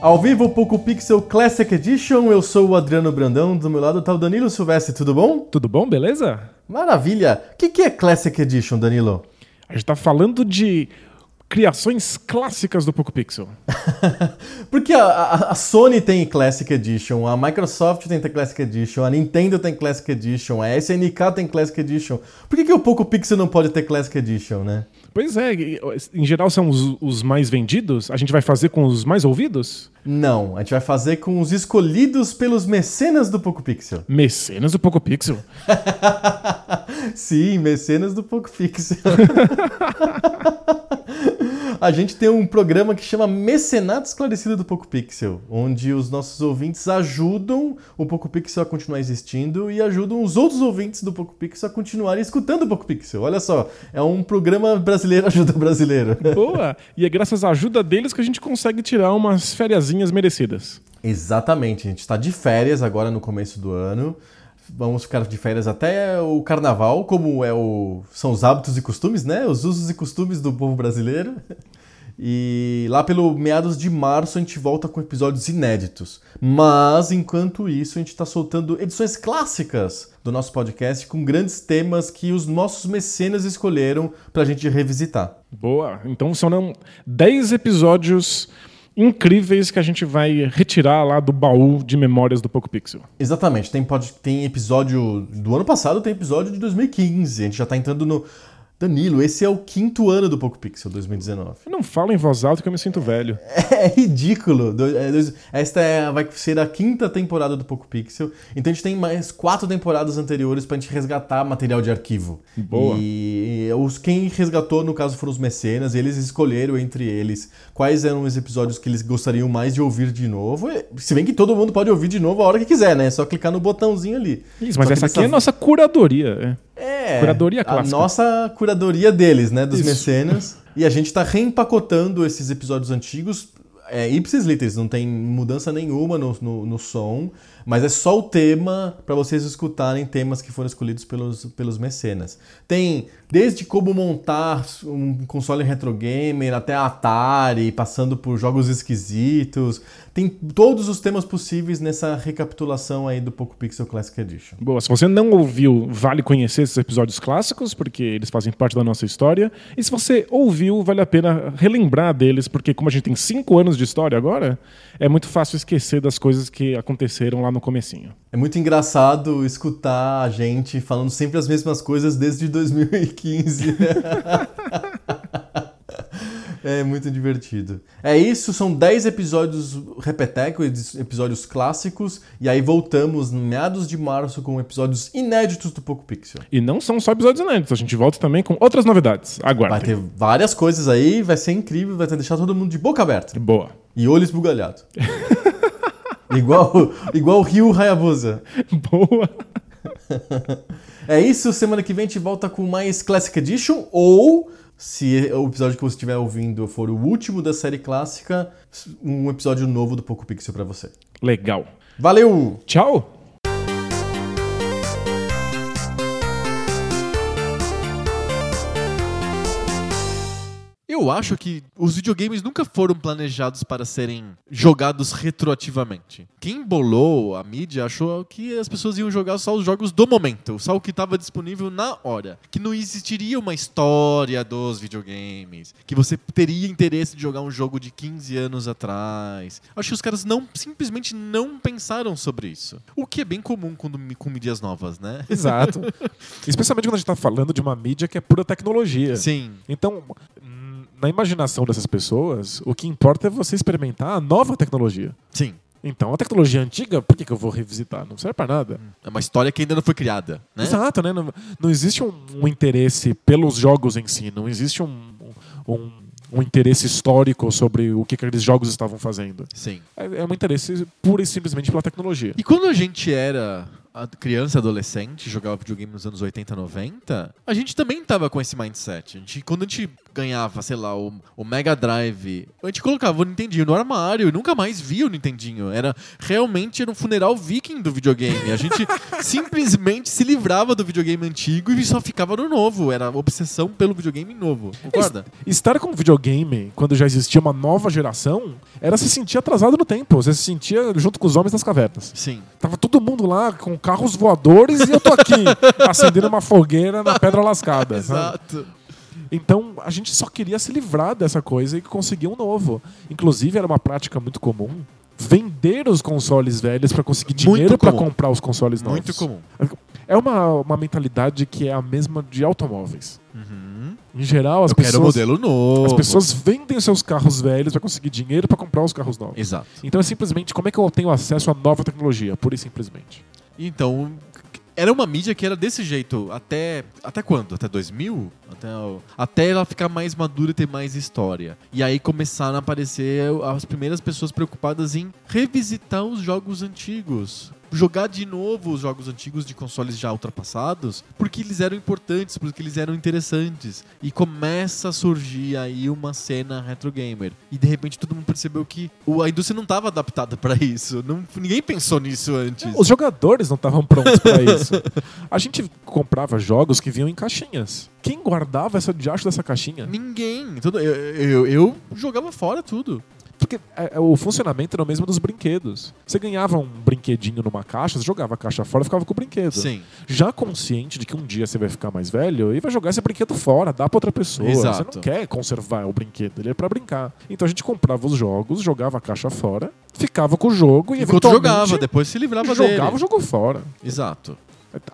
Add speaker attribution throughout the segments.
Speaker 1: Ao vivo, Poco Pixel Classic Edition, eu sou o Adriano Brandão, do meu lado tá o Danilo Silvestre, tudo bom?
Speaker 2: Tudo bom, beleza?
Speaker 1: Maravilha! O que, que é Classic Edition, Danilo?
Speaker 2: A gente tá falando de criações clássicas do Poco Pixel.
Speaker 1: Porque a, a- a Sony tem Classic Edition, a Microsoft tem Classic Edition, a Nintendo tem Classic Edition, a SNK tem Classic Edition. Por que, que o Poco Pixel não pode ter Classic Edition, né?
Speaker 2: Pois é, e, em geral são os, os mais vendidos, a gente vai fazer com os mais ouvidos?
Speaker 1: Não, a gente vai fazer com os escolhidos pelos mecenas do Poco Pixel.
Speaker 2: Mecenas do Poco Pixel.
Speaker 1: Sim, mecenas do Poco Pixel. A gente tem um programa que chama Mecenato Esclarecido do Poco Pixel, onde os nossos ouvintes ajudam o Poco Pixel a continuar existindo e ajudam os outros ouvintes do Poco Pixel a continuarem escutando o Poco Pixel. Olha só, é um programa brasileiro ajuda brasileiro.
Speaker 2: Boa! E é graças à ajuda deles que a gente consegue tirar umas fériasinhas merecidas.
Speaker 1: Exatamente, a gente está de férias agora no começo do ano. Vamos ficar de férias até o carnaval, como é o... são os hábitos e costumes, né? Os usos e costumes do povo brasileiro. E lá pelo meados de março a gente volta com episódios inéditos. Mas enquanto isso, a gente está soltando edições clássicas do nosso podcast com grandes temas que os nossos mecenas escolheram para a gente revisitar.
Speaker 2: Boa! Então são 10 episódios incríveis que a gente vai retirar lá do baú de memórias do Poco Pixel.
Speaker 1: Exatamente, tem, pod- tem episódio do ano passado, tem episódio de 2015. A gente já tá entrando no. Danilo, esse é o quinto ano do Poco Pixel 2019.
Speaker 2: Eu não falo em voz alta que eu me sinto velho.
Speaker 1: É ridículo. Do- é, dois- Esta é- vai ser a quinta temporada do Poco Pixel. Então a gente tem mais quatro temporadas anteriores pra gente resgatar material de arquivo.
Speaker 2: Boa.
Speaker 1: E os, quem resgatou, no caso, foram os mecenas. E eles escolheram entre eles quais eram os episódios que eles gostariam mais de ouvir de novo. E- Se bem que todo mundo pode ouvir de novo a hora que quiser, né? É só clicar no botãozinho ali.
Speaker 2: Isso, mas
Speaker 1: Só que
Speaker 2: essa aqui
Speaker 1: dessa
Speaker 2: é a nossa curadoria. é.
Speaker 1: é,
Speaker 2: Curadoria
Speaker 1: A
Speaker 2: clássica.
Speaker 1: nossa curadoria deles, né? Dos
Speaker 2: Isso.
Speaker 1: mecenas. E a gente tá reempacotando esses episódios antigos. É ipsis literis, não tem mudança nenhuma no, no, no som, mas é só o tema pra vocês escutarem temas que foram escolhidos pelos, pelos mecenas. Tem desde como montar um console retro gamer até Atari, passando por jogos esquisitos. Tem todos os temas possíveis nessa recapitulação aí do Poco Pixel Classic Edition.
Speaker 2: Boa, se você não ouviu, vale conhecer esses episódios clássicos, porque eles fazem parte da nossa história. E se você ouviu, vale a pena relembrar deles, porque como a gente tem cinco anos de história agora, é muito fácil esquecer das coisas que aconteceram lá no comecinho.
Speaker 1: É muito engraçado escutar a gente falando sempre as mesmas coisas desde 2015. é muito divertido. É isso, são 10 episódios repeteco, edi- episódios clássicos, e aí voltamos em meados de março com episódios inéditos do Poco Pixel.
Speaker 2: E não são só episódios inéditos, a gente volta também com outras novidades.
Speaker 1: Vai
Speaker 2: Aguardem.
Speaker 1: ter várias coisas aí, vai ser incrível, vai ter deixar todo mundo de boca aberta
Speaker 2: Boa.
Speaker 1: e olho esbugalhado. igual, igual o Rio Hayabusa.
Speaker 2: Boa.
Speaker 1: É isso, semana que vem a gente volta com mais Classic Edition ou se o episódio que você estiver ouvindo for o último da série clássica, um episódio novo do Poco Pixel pra você.
Speaker 2: Legal.
Speaker 1: Valeu!
Speaker 2: Tchau.
Speaker 1: Eu acho que os videogames nunca foram planejados para serem jogados retroativamente. Quem bolou a mídia achou que as pessoas iam jogar só os jogos do momento, só o que estava disponível na hora. Que não existiria uma história dos videogames, que você teria interesse de jogar um jogo de 15 anos atrás. Acho que os caras não simplesmente não pensaram sobre isso. O que é bem comum quando, com mídias novas, né?
Speaker 2: Exato. Especialmente quando a gente tá falando de uma mídia que é pura tecnologia.
Speaker 1: Sim.
Speaker 2: Então, hum, na imaginação dessas pessoas, o que importa é você experimentar a nova tecnologia.
Speaker 1: Sim.
Speaker 2: Então, a tecnologia antiga, por que, que eu vou revisitar? Não serve para nada.
Speaker 1: É uma história que ainda não foi criada, né?
Speaker 2: Exato, né? Não, não existe um, um interesse pelos jogos em si, não existe um, um, um interesse histórico sobre o que, que aqueles jogos estavam fazendo.
Speaker 1: Sim.
Speaker 2: É, é um interesse pura e simplesmente pela tecnologia.
Speaker 1: E quando a gente era a- criança, adolescente, jogava videogame nos anos 80, 90, a gente também tava com esse mindset. A gente, quando a gente ganhava, sei lá, o, o Mega Drive, a gente colocava o Nintendinho no armário e nunca mais via o Nintendinho. Era realmente era um funeral viking do videogame. A gente simplesmente se livrava do videogame antigo e só ficava no novo. Era obsessão pelo videogame novo. Concorda?
Speaker 2: Estar com videogame, quando já existia uma nova geração, era se sentir atrasado no tempo. Você se sentia junto com os homens das cavernas.
Speaker 1: Sim.
Speaker 2: Tava todo mundo lá com carros voadores e eu tô aqui, acendendo uma fogueira na pedra lascada. sabe?
Speaker 1: Exato.
Speaker 2: Então a gente só queria se livrar dessa coisa e conseguir um novo. Inclusive, era uma prática muito comum vender os consoles velhos pra conseguir
Speaker 1: Muito
Speaker 2: dinheiro pra
Speaker 1: comum.
Speaker 2: comprar os consoles novos.
Speaker 1: Muito comum.
Speaker 2: É uma, uma mentalidade que é a mesma de automóveis.
Speaker 1: Uhum.
Speaker 2: Em geral, as
Speaker 1: Eu
Speaker 2: pessoas
Speaker 1: quero um modelo novo.
Speaker 2: as pessoas vendem os seus carros velhos para conseguir dinheiro para comprar os carros novos.
Speaker 1: Exato.
Speaker 2: Então é simplesmente como é que eu tenho acesso à nova tecnologia, pura e simplesmente.
Speaker 1: Então, era uma mídia que era desse jeito até até quando? Até 2000? Até, o- até ela ficar mais madura e ter mais história. E aí começaram a aparecer as primeiras pessoas preocupadas em revisitar os jogos antigos. Jogar de novo os jogos antigos de consoles já ultrapassados, porque eles eram importantes, porque eles eram interessantes. E começa a surgir aí uma cena retro gamer. E de repente todo mundo percebeu que o- a indústria não estava adaptada para isso. Não- ninguém pensou nisso antes.
Speaker 2: Os jogadores não estavam prontos para isso. A gente comprava jogos que vinham em caixinhas. Quem guardava essa diacho dessa caixinha?
Speaker 1: Ninguém. Tudo, eu, eu, eu jogava fora tudo.
Speaker 2: Porque é, é, o funcionamento era o mesmo dos brinquedos. Você ganhava um brinquedinho numa caixa, você jogava a caixa fora e ficava com o brinquedo.
Speaker 1: Sim.
Speaker 2: Já consciente de que um dia você vai ficar mais velho e vai jogar esse brinquedo fora, dá pra outra pessoa. Você
Speaker 1: Exato.
Speaker 2: não quer conservar o brinquedo, ele é pra brincar. Então a gente comprava os jogos, jogava a caixa fora, ficava com o jogo e
Speaker 1: Enquanto
Speaker 2: eventualmente
Speaker 1: jogava, depois se livrava
Speaker 2: jogava o
Speaker 1: dele.
Speaker 2: jogo fora.
Speaker 1: Exato.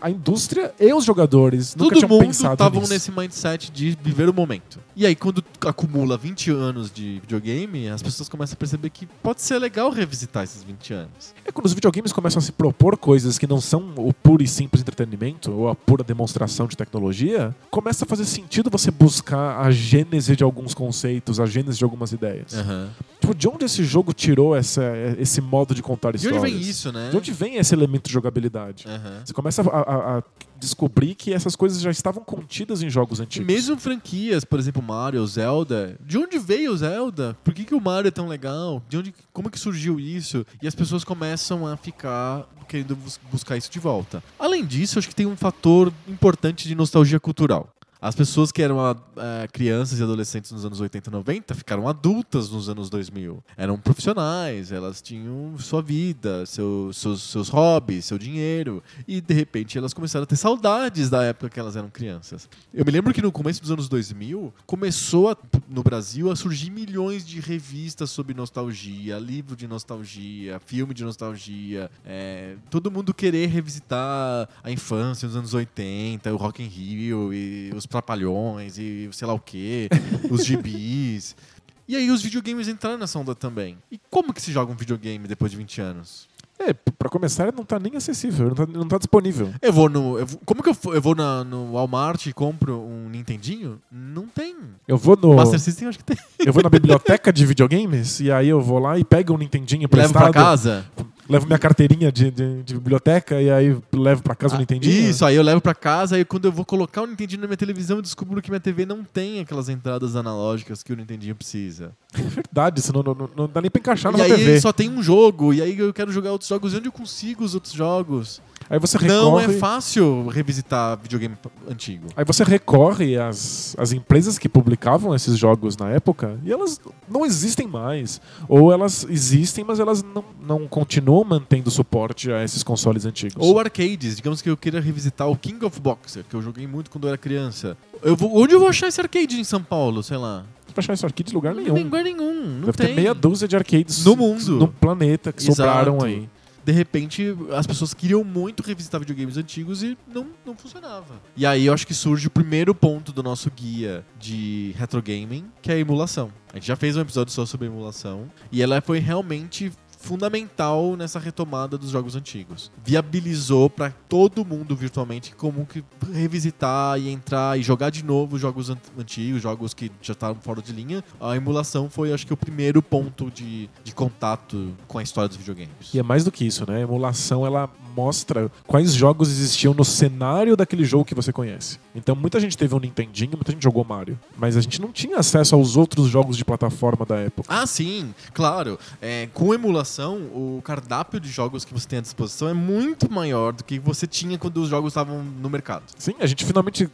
Speaker 2: A indústria e os jogadores nunca
Speaker 1: Todo
Speaker 2: tinham
Speaker 1: mundo
Speaker 2: pensado
Speaker 1: estavam
Speaker 2: nisso.
Speaker 1: nesse mindset de viver o momento. E aí, quando tu acumula 20 anos de videogame, as pessoas começam a perceber que pode ser legal revisitar esses 20 anos.
Speaker 2: É quando os videogames começam a se propor coisas que não são o puro e simples entretenimento ou a pura demonstração de tecnologia, começa a fazer sentido você buscar a gênese de alguns conceitos, a gênese de algumas ideias.
Speaker 1: É.
Speaker 2: Tipo, de onde esse jogo tirou essa, esse modo de contar
Speaker 1: De
Speaker 2: histórias?
Speaker 1: onde vem isso, né? É.
Speaker 2: De onde vem esse elemento de jogabilidade?
Speaker 1: Aham.
Speaker 2: Você começa a, a- a descobrir que essas coisas já estavam contidas em jogos
Speaker 1: E
Speaker 2: antigos.
Speaker 1: mesmo franquias, por exemplo, Mario, Zelda. De onde veio o Zelda? Por que, que o Mario é tão legal? De onde, como que surgiu isso? E as pessoas começam a ficar querendo bus- buscar isso de volta. Além disso, acho que tem um fator importante de nostalgia cultural. As pessoas que eram ah, ah, crianças e adolescentes nos anos 80 e 90 ficaram adultas nos anos 2000. Eram profissionais, elas tinham sua vida, seu- seus, seus hobbies, seu dinheiro. E de repente elas começaram a ter saudades da época que elas eram crianças. Eu me lembro que no começo dos anos 2000 começou a- no Brasil a surgir milhões de revistas sobre nostalgia, livro de nostalgia, filme de nostalgia. é, todo mundo querer revisitar a infância nos anos 80, o Rock in Rio e os Trapalhões e sei lá o quê, os gibis. E aí os videogames entraram nessa onda também. E como que se joga um videogame depois de 20 anos?
Speaker 2: É, p- pra começar, ele não tá nem acessível, não tá, não tá disponível.
Speaker 1: Eu vou no. eu vou- como que eu, vou- eu vou na- no Walmart e compro um Nintendinho? Não tem.
Speaker 2: Eu vou no.
Speaker 1: Master System eu acho que tem.
Speaker 2: Eu vou na biblioteca de videogames e aí eu vou lá e pego um Nintendinho
Speaker 1: Levo pra
Speaker 2: emprestado, Então,
Speaker 1: casa?
Speaker 2: levo minha carteirinha de, de- de biblioteca e aí levo pra casa o
Speaker 1: Ah,
Speaker 2: Nintendinho.
Speaker 1: Isso, aí eu levo pra casa e quando eu vou colocar o Nintendinho na minha televisão, eu descubro que minha TV não tem aquelas entradas analógicas que o Nintendinho precisa.
Speaker 2: Verdade, isso não, não- não- não dá nem pra encaixar
Speaker 1: e
Speaker 2: Tá na
Speaker 1: aí
Speaker 2: TV.
Speaker 1: só tem um jogo, e aí eu quero jogar outros jogos. E onde eu consigo os outros jogos?
Speaker 2: Aí você
Speaker 1: Não
Speaker 2: recorre.
Speaker 1: é fácil revisitar videogame p- antigo.
Speaker 2: Aí você recorre às, às empresas que publicavam esses jogos na época e elas não existem mais. Ou elas existem, mas elas não, não continuam mantendo suporte a esses consoles antigos.
Speaker 1: Ou arcades, digamos que eu queira revisitar o King of Boxer, que eu joguei muito quando eu era criança. Eu vou, onde eu vou achar esse arcade em São Paulo? Sei lá.
Speaker 2: é pra achar isso aqui de lugar
Speaker 1: Não
Speaker 2: nenhum.
Speaker 1: tem lugar nenhum. Não
Speaker 2: Deve
Speaker 1: tem.
Speaker 2: ter meia dúzia de arcades
Speaker 1: No mundo.
Speaker 2: no planeta que
Speaker 1: Exato.
Speaker 2: sobraram aí.
Speaker 1: de repente as pessoas queriam muito revisitar videogames antigos e não, não funcionava. E aí eu acho que surge o primeiro ponto do nosso guia de retrogaming, que é a emulação. A gente já fez um episódio só sobre emulação e ela foi realmente fundamental nessa retomada dos jogos antigos. Viabilizou para todo mundo virtualmente como que revisitar e entrar e jogar de novo jogos ant- antigos, jogos que já estavam fora de linha. A emulação foi, acho que, o primeiro ponto de, de contato com a história dos videogames.
Speaker 2: E é mais do que isso, né? A emulação ela mostra quais jogos existiam no cenário daquele jogo que você conhece. Então muita gente teve um Nintendinho, muita gente jogou Mario, mas a gente não tinha acesso aos outros jogos de plataforma da época.
Speaker 1: Ah, sim, claro. É, com emulação, o cardápio de jogos que você tem à disposição é muito maior do que você tinha quando os jogos estavam no mercado.
Speaker 2: Sim, a gente finalmente c-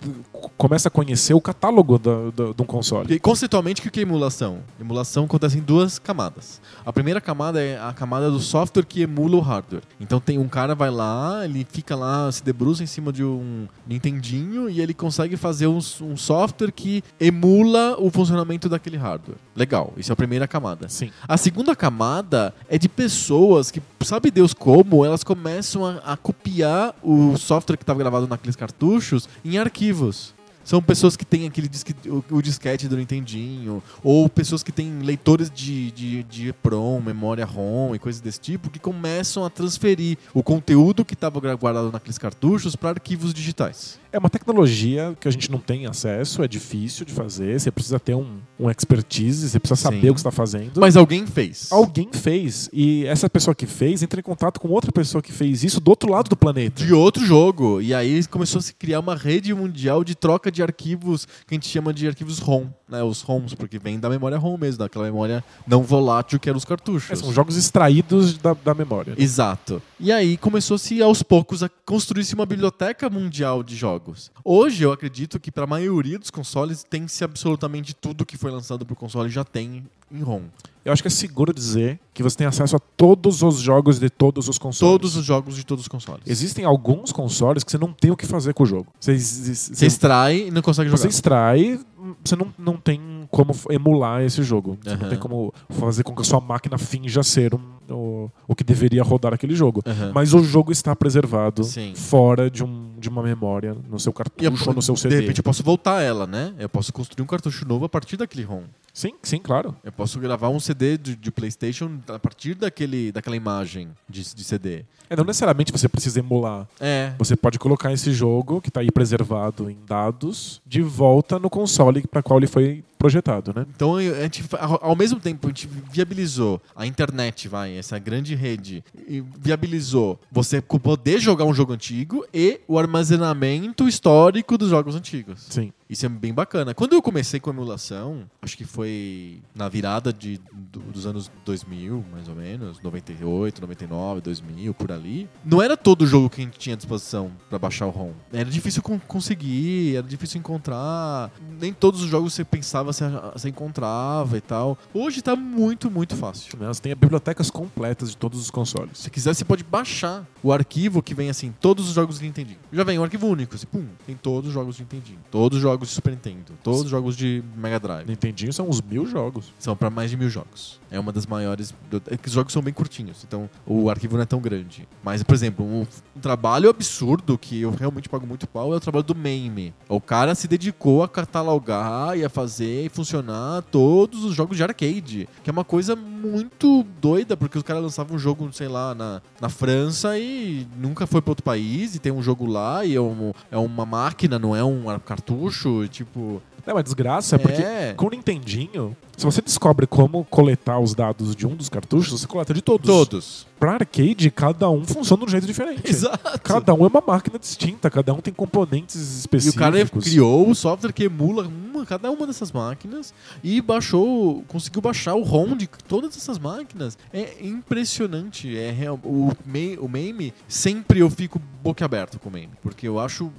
Speaker 2: começa a conhecer o catálogo da- da- de um console.
Speaker 1: E, conceitualmente, o que é emulação? Emulação acontece em duas camadas. A primeira camada é a camada do software que emula o hardware. Então tem um cara vai lá, ele fica lá, se debruça em cima de um Nintendinho e ele consegue fazer um, s- um software que emula o funcionamento daquele hardware. Legal, isso é a primeira camada.
Speaker 2: Sim.
Speaker 1: A segunda camada é de pessoas que, sabe Deus como, elas começam a, a copiar o software que estava gravado naqueles cartuchos em arquivos. São pessoas que têm aquele disque, o, o disquete do Nintendinho, ou pessoas que têm leitores de, de, de EPROM, memória ROM e coisas desse tipo, que começam a transferir o conteúdo que estava gra- guardado naqueles cartuchos para arquivos digitais.
Speaker 2: É uma tecnologia que a gente não tem acesso, é difícil de fazer, você precisa ter um, um expertise, você precisa saber
Speaker 1: Sim.
Speaker 2: o que está fazendo.
Speaker 1: Mas alguém fez.
Speaker 2: Alguém fez, e essa pessoa que fez entra em contato com outra pessoa que fez isso do outro lado do planeta.
Speaker 1: de outro jogo. E aí começou a se criar uma rede mundial de troca de arquivos que a gente chama de arquivos ROM, né? Os ROMs, porque vem da memória ROM mesmo, daquela memória não volátil que eram os
Speaker 2: É,
Speaker 1: cartuchos.
Speaker 2: são jogos extraídos da, da memória. né?
Speaker 1: Exato. E aí começou-se aos poucos a construir-se uma biblioteca mundial de jogos. Hoje eu acredito que para a maioria dos consoles tem-se absolutamente tudo que foi lançado pro console já tem em ROM.
Speaker 2: Eu acho que é seguro dizer que você tem acesso a todos os jogos de todos os consoles.
Speaker 1: Todos os jogos de todos os consoles.
Speaker 2: Existem alguns consoles que você não tem o que fazer com o jogo. Você,
Speaker 1: Você extrai e não consegue jogar.
Speaker 2: um você extrai, você não, não tem como emular esse jogo. Você
Speaker 1: Aham.
Speaker 2: não tem como fazer com que a sua máquina finja ser um- o, o que deveria rodar aquele jogo.
Speaker 1: Aham.
Speaker 2: Mas o jogo está preservado
Speaker 1: Sim.
Speaker 2: fora de, um, de uma memória, no seu
Speaker 1: E eu-
Speaker 2: cartucho ou no seu CD.
Speaker 1: De repente eu posso voltar ela, né? Eu posso construir um cartucho novo a partir daquele ROM.
Speaker 2: Sim, sim, claro.
Speaker 1: Eu posso gravar um CD de, de PlayStation a partir daquele, daquela imagem de, de CD.
Speaker 2: É, não necessariamente você precisa emular
Speaker 1: É.
Speaker 2: Você pode colocar esse jogo, que está aí preservado em dados, de volta no console para qual ele foi projetado, né?
Speaker 1: Então eu- a gente, fa- ao ao mesmo tempo a gente viabilizou a internet, vai, essa grande rede, e viabilizou você co- poder jogar um jogo antigo e o armazenamento histórico dos jogos antigos.
Speaker 2: Sim.
Speaker 1: Isso é bem bacana. Quando eu comecei com emulação, acho que foi na virada de, do- dos anos 2000, mais ou menos, 98, 99, 2000, por ali. Não era todo jogo que a gente tinha à disposição pra baixar o ROM. Era difícil con- conseguir, era difícil encontrar. Nem todos os jogos que você pensava você, acha- você encontrava e tal. Hoje tá muito, muito fácil.
Speaker 2: Né, Você tem bibliotecas completas de todos os consoles.
Speaker 1: Se quiser, você pode baixar o arquivo que vem assim, todos os jogos de Nintendinho. Já vem um arquivo único, assim, pum, tem todos os jogos de Nintendinho, todos os jogos de Super Nintendo, todos os jogos de Mega Drive.
Speaker 2: Nintendinho são uns mil jogos.
Speaker 1: São para mais de mil jogos. É uma das maiores. do- É que os jogos são bem curtinhos, então o arquivo não é tão grande. Mas, por exemplo, um, um trabalho absurdo que eu realmente pago muito pau é o trabalho do MAME. O cara se dedicou a catalogar e a fazer e funcionar todos os jogos de arcade, que é uma coisa muito doida, porque os caras lançavam um jogo, sei lá, na, na França e nunca foi para outro país, e tem um jogo lá e é, um- é uma máquina, não é um cartucho, e, tipo.
Speaker 2: É uma desgraça, porque
Speaker 1: É.
Speaker 2: com o Nintendinho, se você descobre como coletar os dados de um dos cartuchos, você coleta de todos.
Speaker 1: Todos.
Speaker 2: Pra arcade, cada um funciona de um jeito diferente.
Speaker 1: Exato.
Speaker 2: Cada um é uma máquina distinta, cada um tem componentes
Speaker 1: E o
Speaker 2: específicos.
Speaker 1: cara criou o software que emula uma- cada uma dessas máquinas e baixou, conseguiu baixar o ROM de todas essas máquinas. É impressionante. É real, o, mei- o meme, sempre eu fico boquiaberto com o meme, porque eu acho.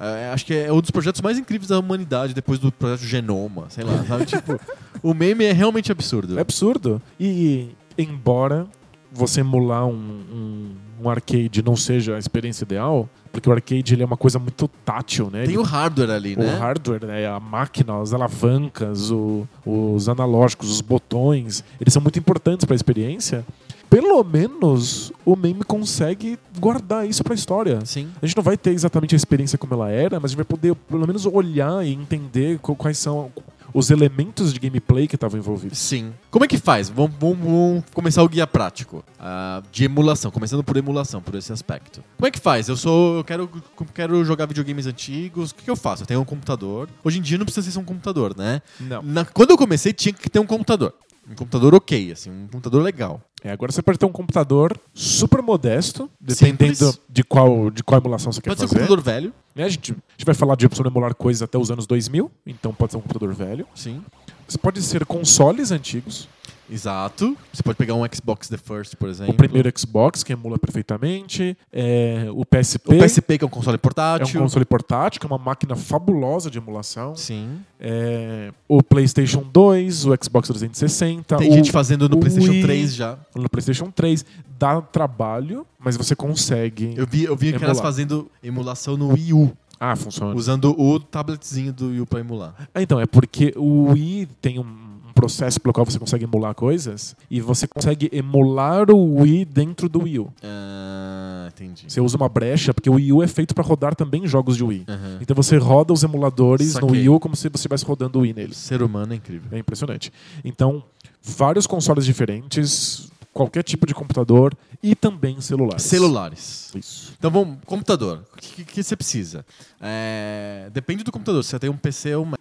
Speaker 1: é, Acho que é um dos projetos mais incríveis da humanidade depois do projeto Genoma, sei lá, sabe? tipo, o meme é realmente absurdo.
Speaker 2: É absurdo. E embora você emular um, um- um arcade não seja a experiência ideal, porque o arcade ele é uma coisa muito tátil, né?
Speaker 1: Tem
Speaker 2: Ele-
Speaker 1: o hardware ali, né?
Speaker 2: o hardware, né? a máquina, as alavancas, o- os analógicos, os botões, eles são muito importantes para a experiência. pelo menos o meme consegue guardar isso pra história.
Speaker 1: Sim.
Speaker 2: A gente não vai ter exatamente a experiência como ela era, mas a gente vai poder pelo menos olhar e entender qu- quais são os elementos de gameplay que estavam envolvidos.
Speaker 1: Sim. Como é que faz? Vamos, vamos- vamos começar o guia prático ah, de emulação, começando por emulação, por esse aspecto. Como é que faz? Eu sou, eu quero, quero jogar videogames antigos. O que, que eu faço? Eu tenho um computador. Hoje em dia não precisa ser um computador, né?
Speaker 2: Não.
Speaker 1: Na- quando eu comecei tinha que ter um computador, um computador ok, assim, um computador legal.
Speaker 2: É, agora você pode ter um computador super modesto, dependendo
Speaker 1: Simples.
Speaker 2: de qual de qual emulação você quer
Speaker 1: Pode ser um
Speaker 2: fazer.
Speaker 1: computador velho,
Speaker 2: Né, a, gente, a gente vai falar de sobre emular coisas até os anos 2000, então pode ser um computador velho.
Speaker 1: sim.
Speaker 2: Você pode ser consoles antigos,
Speaker 1: Exato. Você pode pegar um Xbox The First, por exemplo.
Speaker 2: o primeiro Xbox que emula perfeitamente, é, o PSP,
Speaker 1: O PSP, que é um console
Speaker 2: é um
Speaker 1: portátil.
Speaker 2: console portátil, que é uma máquina fabulosa de emulação.
Speaker 1: Sim.
Speaker 2: É, o PlayStation 2, o Xbox 360,
Speaker 1: Tem
Speaker 2: o,
Speaker 1: gente fazendo no
Speaker 2: o
Speaker 1: PlayStation
Speaker 2: Wii.
Speaker 1: 3 já.
Speaker 2: no PlayStation 3 dá trabalho, mas você consegue.
Speaker 1: Eu vi, eu vi aquelas
Speaker 2: Emular.
Speaker 1: fazendo emulação no Wii U,
Speaker 2: Ah, funciona.
Speaker 1: usando o tabletzinho do Wii U pra emular.
Speaker 2: Ah, Então, é porque o Wii tem um um processo pelo qual você consegue emular coisas e você consegue emular o Wii dentro do Wii U.
Speaker 1: Ah, entendi.
Speaker 2: Você usa uma brecha, porque o Wii U é feito pra rodar também jogos de Wii.
Speaker 1: Aham.
Speaker 2: Então você roda os emuladores
Speaker 1: Saquei.
Speaker 2: no Wii U como se você estivesse rodando o Wii neles.
Speaker 1: Ser humano é incrível.
Speaker 2: É impressionante. Então, vários consoles diferentes, qualquer tipo de computador e também celulares.
Speaker 1: Celulares.
Speaker 2: Isso.
Speaker 1: Então vamos, computador. O que, que- que você precisa? É, depende do computador, se você tem um PC ou um Mac.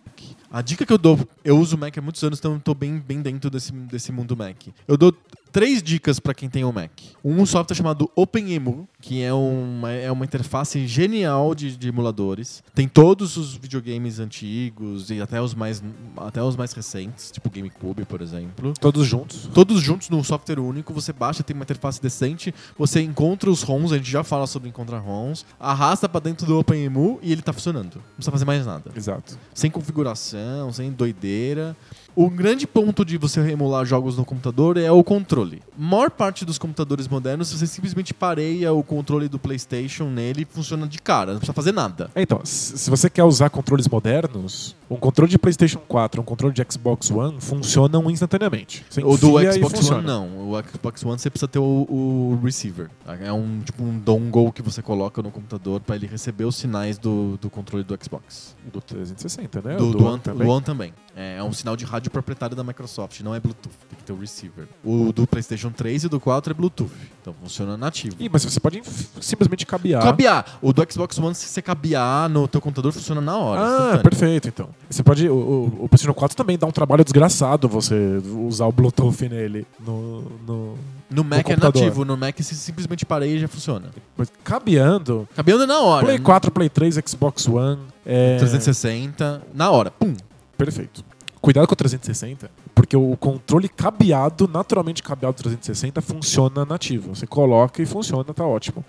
Speaker 1: A dica que eu dou, eu uso Mac há muitos anos, então eu tô bem, bem dentro desse, desse mundo Mac. Eu dou três dicas para quem tem um Mac. Um software chamado OpenEmu, que é uma, é uma interface genial de, de emuladores. Tem todos os videogames antigos e até os mais, até os mais recentes, tipo GameCube, por exemplo
Speaker 2: Todos juntos.
Speaker 1: todos juntos num software único, você baixa, tem uma interface decente, você encontra os ROMs, a gente já fala sobre encontrar ROMs, arrasta pra dentro do OpenEMU e ele tá funcionando. Não precisa fazer mais nada.
Speaker 2: Exato.
Speaker 1: Sem configuração, sem doideira. O grande ponto de você emular jogos no computador é o controle. A maior parte dos computadores modernos, você simplesmente pareia o controle do PlayStation nele e funciona de cara, não precisa fazer nada.
Speaker 2: É, Então, se se você quer usar controles modernos, um controle de PlayStation 4 um controle de Xbox One funcionam instantaneamente. Você
Speaker 1: O do
Speaker 2: enfia e
Speaker 1: Xbox
Speaker 2: funciona.
Speaker 1: One não. O Xbox One você precisa ter o, o receiver. É um tipo um dongle que você coloca no computador pra ele receber os sinais do, do controle do Xbox.
Speaker 2: O Do 360, né?
Speaker 1: Do,
Speaker 2: O
Speaker 1: do, One,
Speaker 2: também.
Speaker 1: do One também. É, é um sinal de rádio proprietário da Microsoft, não é Bluetooth. Tem que ter o receiver. O do PlayStation 3 e do 4 é Bluetooth. Então funciona nativo. Tá.
Speaker 2: Ih, mas você pode inf- simplesmente cabear.
Speaker 1: Cabear. O do Xbox One, se você cabear no teu computador, funciona na hora.
Speaker 2: Ah,
Speaker 1: instantâneo.
Speaker 2: perfeito, então. Você pode. O, o- o PlayStation 4 também dá um trabalho desgraçado você usar o Bluetooth nele. No, no...
Speaker 1: No Mac é
Speaker 2: computador.
Speaker 1: nativo. No Mac você simplesmente pareia e já funciona.
Speaker 2: Mas Cabeando.
Speaker 1: Cabeando na hora.
Speaker 2: Play 4, Play 3, Xbox One. É...
Speaker 1: 360. Na hora. Pum.
Speaker 2: Perfeito. Cuidado com o 360, porque o controle cabeado, naturalmente cabeado do 360, funciona nativo. Você coloca e funciona, tá ótimo.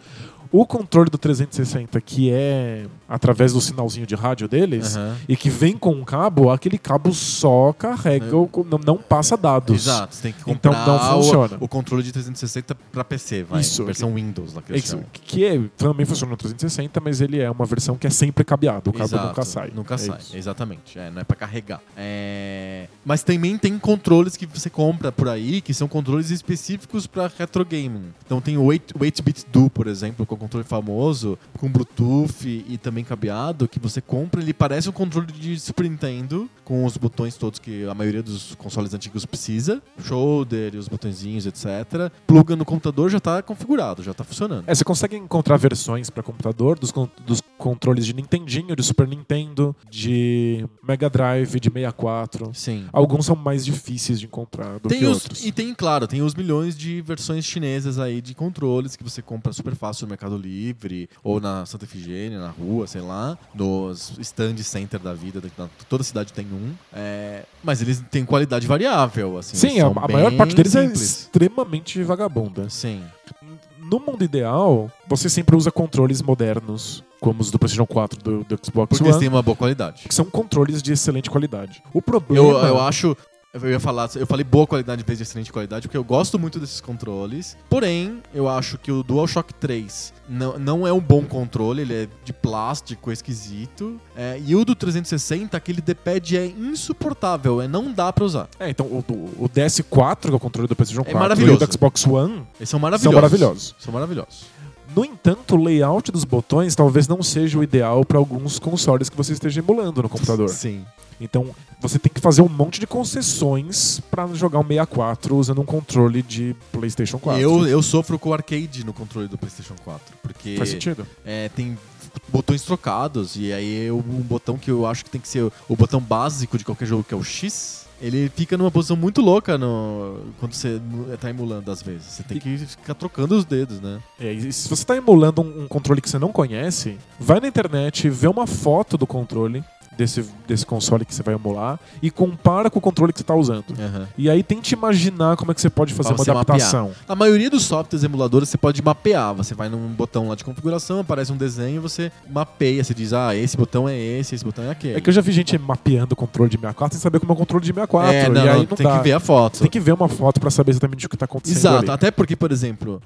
Speaker 2: O controle do 360, que é através do sinalzinho de rádio deles,
Speaker 1: Aham.
Speaker 2: e que vem com um cabo, aquele cabo só carrega, o co- não, não passa dados.
Speaker 1: Exato, você tem que comprar
Speaker 2: Então, não funciona.
Speaker 1: O, o controle de 360 pra PC, vai.
Speaker 2: Isso,
Speaker 1: versão Windows lá que
Speaker 2: É
Speaker 1: eles
Speaker 2: isso,
Speaker 1: chamam.
Speaker 2: que é- também funciona no 360, mas ele é uma versão que é sempre cabeado. O cabo
Speaker 1: Exato,
Speaker 2: nunca sai.
Speaker 1: Nunca
Speaker 2: É
Speaker 1: sai,
Speaker 2: isso.
Speaker 1: exatamente. É, não é pra carregar. É, Mas também tem controles que você compra por aí, que são controles específicos pra retro gaming. Então tem o 8- 8-bit do, por exemplo, que é um controle famoso, com Bluetooth e também cabeado, que você compra, ele parece um controle de Super Nintendo, com os botões todos que a maioria dos consoles antigos precisa, shoulder e os botõezinhos, etc. Pluga no computador, já tá configurado, já tá funcionando.
Speaker 2: É, você consegue encontrar versões para computador dos, con- dos controles de Nintendinho, de Super Nintendo, de Mega Drive, de 64.
Speaker 1: Sim.
Speaker 2: Alguns são mais difíceis de encontrar do que
Speaker 1: Tem os-
Speaker 2: outros.
Speaker 1: e tem, claro, tem os milhões de versões chinesas aí de controles que você compra super fácil no Mercado Livre ou na Santa Efigênia, na rua, sei lá, nos stand center da vida, da- da- toda cidade tem um. É, mas eles têm qualidade variável, assim.
Speaker 2: Sim,
Speaker 1: eles
Speaker 2: a,
Speaker 1: são
Speaker 2: a
Speaker 1: bem
Speaker 2: maior parte deles é
Speaker 1: simples.
Speaker 2: extremamente vagabunda.
Speaker 1: Sim.
Speaker 2: No mundo ideal, você sempre usa controles modernos, como os do PlayStation 4 do, do Xbox
Speaker 1: Porque eles
Speaker 2: One,
Speaker 1: têm uma boa qualidade.
Speaker 2: que são controles de excelente qualidade. O
Speaker 1: Eu,
Speaker 2: problema
Speaker 1: eu acho Eu ia falar, eu falei boa qualidade em vez de excelente qualidade, porque eu gosto muito desses controles. Porém, eu acho que o DualShock 3 não, não é um bom controle, ele é de plástico esquisito. É, e o do 360, aquele D-pad é insuportável, é, não dá pra usar.
Speaker 2: É, então o, o- o DS4, que é o controle do PlayStation 4,
Speaker 1: maravilhoso.
Speaker 2: e o do Xbox One,
Speaker 1: Eles são maravilhosos.
Speaker 2: maravilhosos.
Speaker 1: São maravilhosos.
Speaker 2: No entanto, o layout dos botões talvez não seja o ideal para alguns consoles que você esteja emulando no computador.
Speaker 1: Sim.
Speaker 2: Então, você tem que fazer um monte de concessões para jogar um 64 usando um controle de PlayStation 4.
Speaker 1: Eu, eu sofro com o arcade no controle do PlayStation 4, porque
Speaker 2: Faz sentido.
Speaker 1: é, tem botões trocados, e aí eu- um botão que eu acho que tem que ser o, o botão básico de qualquer jogo, que é o X, ele fica numa posição muito louca no, quando você mu- tá emulando às vezes. Você tem que ficar trocando os dedos, né?
Speaker 2: É, e se você está emulando um, um controle que você não conhece, vai na internet, vê uma foto do controle desse, desse console que você vai emular e compara com o controle que você está usando. E aí tente imaginar como é que você pode fazer
Speaker 1: Pra você assim,
Speaker 2: uma
Speaker 1: mapear.
Speaker 2: adaptação.
Speaker 1: A maioria dos softwares emuladores você pode mapear. Você vai num botão lá de configuração, aparece um desenho, você mapeia, você diz, ah, esse botão é esse, esse botão é aquele.
Speaker 2: É que eu já vi gente mapeando o controle de 64 sem saber como é o controle de 64.
Speaker 1: É, não,
Speaker 2: e aí
Speaker 1: não,
Speaker 2: não
Speaker 1: tem
Speaker 2: dá.
Speaker 1: que ver a foto.
Speaker 2: Tem que ver uma foto pra saber exatamente o que tá acontecendo.
Speaker 1: Exato,
Speaker 2: ali.
Speaker 1: até porque, por exemplo,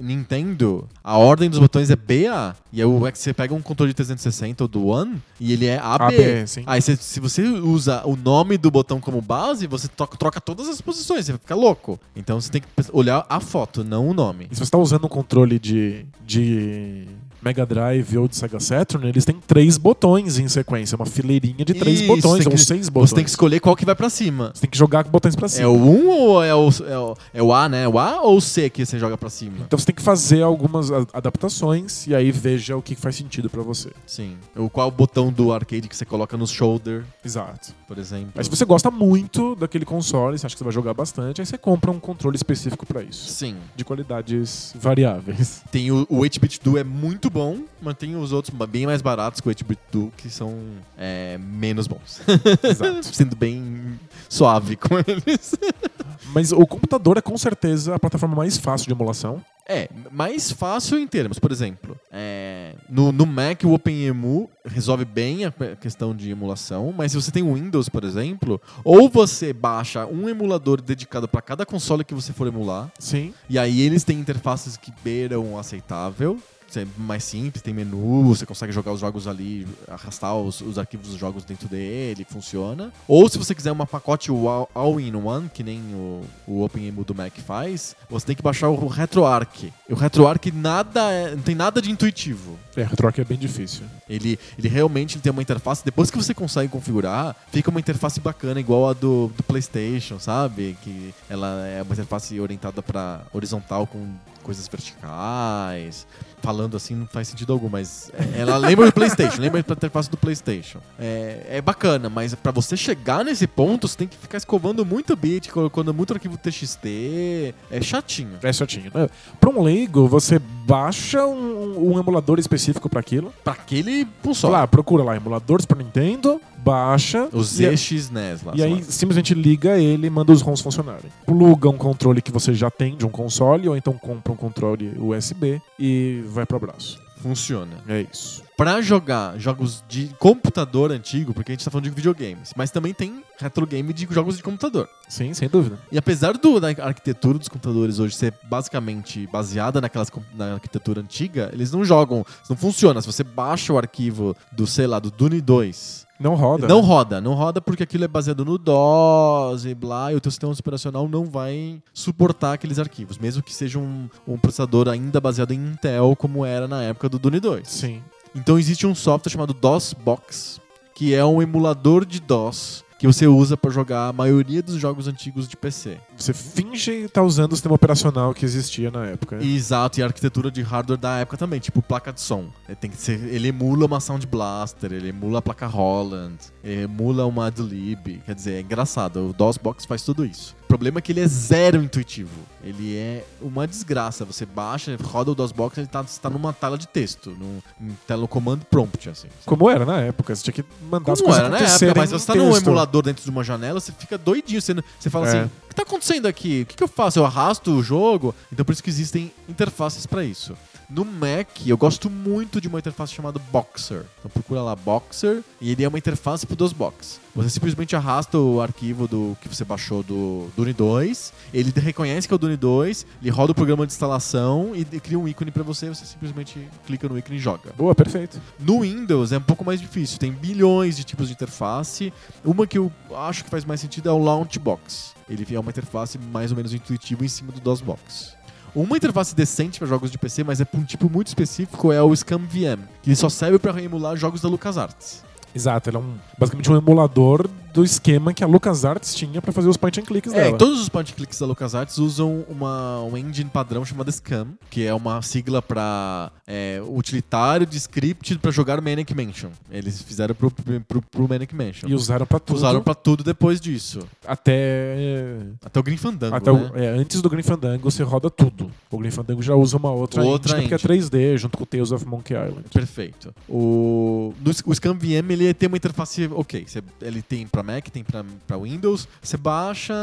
Speaker 1: Nintendo, a ordem dos botões é BA, e aí o- é que você pega um controle de 360 ou do One, e ele é AB.
Speaker 2: AB, sim.
Speaker 1: Aí você- se você usa o nome do botão como base, você to- troca todas as posições, você fica louco. Então você tem que pes- olhar a foto, não o nome.
Speaker 2: E se você tá usando um controle de, de Mega Drive ou de Sega Saturn, eles têm três botões em sequência. Uma fileirinha de três
Speaker 1: Isso,
Speaker 2: botões,
Speaker 1: tem
Speaker 2: ou
Speaker 1: que-
Speaker 2: seis botões.
Speaker 1: Você tem que escolher qual que vai pra cima.
Speaker 2: Você tem que jogar com botões pra cima.
Speaker 1: É o 1 ou é o, é, o, é o A, né? O A ou o C que você joga pra cima?
Speaker 2: Então você tem que fazer algumas a- adaptações e aí veja o que faz sentido pra você.
Speaker 1: Sim. O, qual o botão do arcade que você coloca no shoulder,
Speaker 2: Exato.
Speaker 1: por exemplo?
Speaker 2: Mas se você gosta muito daquele console, você acha que você vai jogar bastante, aí você compra um controle específico pra isso.
Speaker 1: Sim.
Speaker 2: De qualidades variáveis.
Speaker 1: Tem o, o 8-bit do é muito bom, mas tem os outros bem mais baratos que o 8-bit do que são é, menos bons.
Speaker 2: Exato.
Speaker 1: Sendo bem suave com eles.
Speaker 2: Mas o computador é com certeza a plataforma mais fácil de emulação.
Speaker 1: É, mais fácil em termos, por exemplo, é, no, no Mac o OpenEMU resolve bem a que- questão de emulação, mas se você tem o Windows, por exemplo, ou você baixa um emulador dedicado para cada console que você for emular,
Speaker 2: Sim.
Speaker 1: E aí eles têm interfaces que beiram o aceitável. É mais simples, tem menu, você consegue jogar os jogos ali, arrastar os, os arquivos dos jogos dentro dele, funciona. Ou se você quiser um pacote all- all-in-one, que nem o, o OpenEMU do Mac faz, você tem que baixar o RetroArch. E o RetroArch nada é- não tem nada de intuitivo.
Speaker 2: É, retroarque é bem difícil.
Speaker 1: Ele, ele realmente tem uma interface, depois que você consegue configurar, fica uma interface bacana, igual a do, do PlayStation, sabe? Que ela é uma interface orientada para horizontal com coisas verticais. Falando assim não faz sentido algum, mas é- ela lembra do PlayStation, lembra da interface do PlayStation. É, é bacana, mas para você chegar nesse ponto, você tem que ficar escovando muito bit, colocando muito arquivo TXT. É chatinho.
Speaker 2: É certinho. Né? Pra um leigo, você baixa um, um emulador específico pra aquilo.
Speaker 1: Pra aquele um
Speaker 2: Sei
Speaker 1: só.
Speaker 2: lá, procura lá, emulador Super Nintendo, baixa.
Speaker 1: Os
Speaker 2: e,
Speaker 1: ZXNES lá.
Speaker 2: e
Speaker 1: sei lá.
Speaker 2: aí simplesmente liga ele e manda os ROMs funcionarem. Pluga um controle que você já tem de um console, ou então compra um controle USB e vai pro abraço.
Speaker 1: Funciona.
Speaker 2: É isso.
Speaker 1: Pra jogar jogos de computador antigo, porque a gente tá falando de videogames, mas também tem retro game de jogos de computador.
Speaker 2: Sim, sem dúvida.
Speaker 1: E apesar do, da arquitetura dos computadores hoje ser basicamente baseada naquelas, com- na arquitetura antiga, eles não jogam, não funciona. Se você baixa o arquivo do, sei lá, do Dune 2,
Speaker 2: Não roda.
Speaker 1: não roda, não roda porque aquilo é baseado no DOS e blá, e o teu sistema operacional não vai suportar aqueles arquivos, mesmo que seja um, um processador ainda baseado em Intel, como era na época do Dune 2.
Speaker 2: Sim.
Speaker 1: Então existe um software chamado DOSBox, que é um emulador de DOS que você usa pra jogar a maioria dos jogos antigos de PC.
Speaker 2: Você finge estar usando o sistema operacional que existia na época.
Speaker 1: E, Exato, e a arquitetura de hardware da época também, tipo placa de som. Ele, tem que ser, ele emula uma Sound Blaster, ele emula a placa Holland, ele emula uma Adlib. Quer dizer, é engraçado, o DOSBox faz tudo isso. O problema é que ele é zero intuitivo. Ele é uma desgraça. Você baixa, roda o DOSBox, ele tá, tá numa tela de texto, num, num telecomando prompt, assim.
Speaker 2: Como era na época, você tinha que mandar as
Speaker 1: Como
Speaker 2: coisas
Speaker 1: era na época,
Speaker 2: acontecerem
Speaker 1: mas
Speaker 2: num
Speaker 1: você tá num
Speaker 2: texto.
Speaker 1: emulador dentro de uma janela, você fica doidinho. Você, não- você fala
Speaker 2: É.
Speaker 1: assim, o que tá acontecendo aqui? O que, que eu faço? Eu arrasto o jogo? Então por isso que existem interfaces para isso. No Mac, eu gosto muito de uma interface chamada Boxer. Então procura lá Boxer e ele é uma interface para dos box. Você simplesmente arrasta o arquivo do que você baixou do Dune 2, ele reconhece que é o Dune 2, ele roda o programa de instalação e cria um ícone para você, você simplesmente clica no ícone e joga.
Speaker 2: Boa, perfeito.
Speaker 1: No Windows é um pouco mais difícil, tem bilhões de tipos de interface. Uma que eu acho que faz mais sentido é o Launchbox. Ele é uma interface mais ou menos intuitiva em cima do DOSBox. Uma interface decente para jogos de PC, mas é para um tipo muito específico, é o ScamVM, que ele só serve para emular jogos da LucasArts.
Speaker 2: Exato, ele é um, basicamente um emulador do esquema que a LucasArts tinha para fazer os point and clicks
Speaker 1: É,
Speaker 2: dela.
Speaker 1: todos os point clicks da LucasArts usam uma, um engine padrão chamado SCAM, que é uma sigla para é, utilitário de script para jogar Manic Mansion. Eles fizeram pro, pro, pro Manic Mansion.
Speaker 2: E usaram pra tudo.
Speaker 1: Usaram para tudo depois disso.
Speaker 2: até
Speaker 1: Até o Green Fandango,
Speaker 2: Até
Speaker 1: né?
Speaker 2: o- é, antes do Green Fandango, você roda tudo. O Green Fandango já usa uma outra,
Speaker 1: Outra
Speaker 2: engine, porque é 3D, junto com o Tales of Monkey Island.
Speaker 1: Perfeito. O, no, o ScanVM ele tem uma interface ok. Você- ele tem pra Mac, tem pra, pra Windows. Você baixa,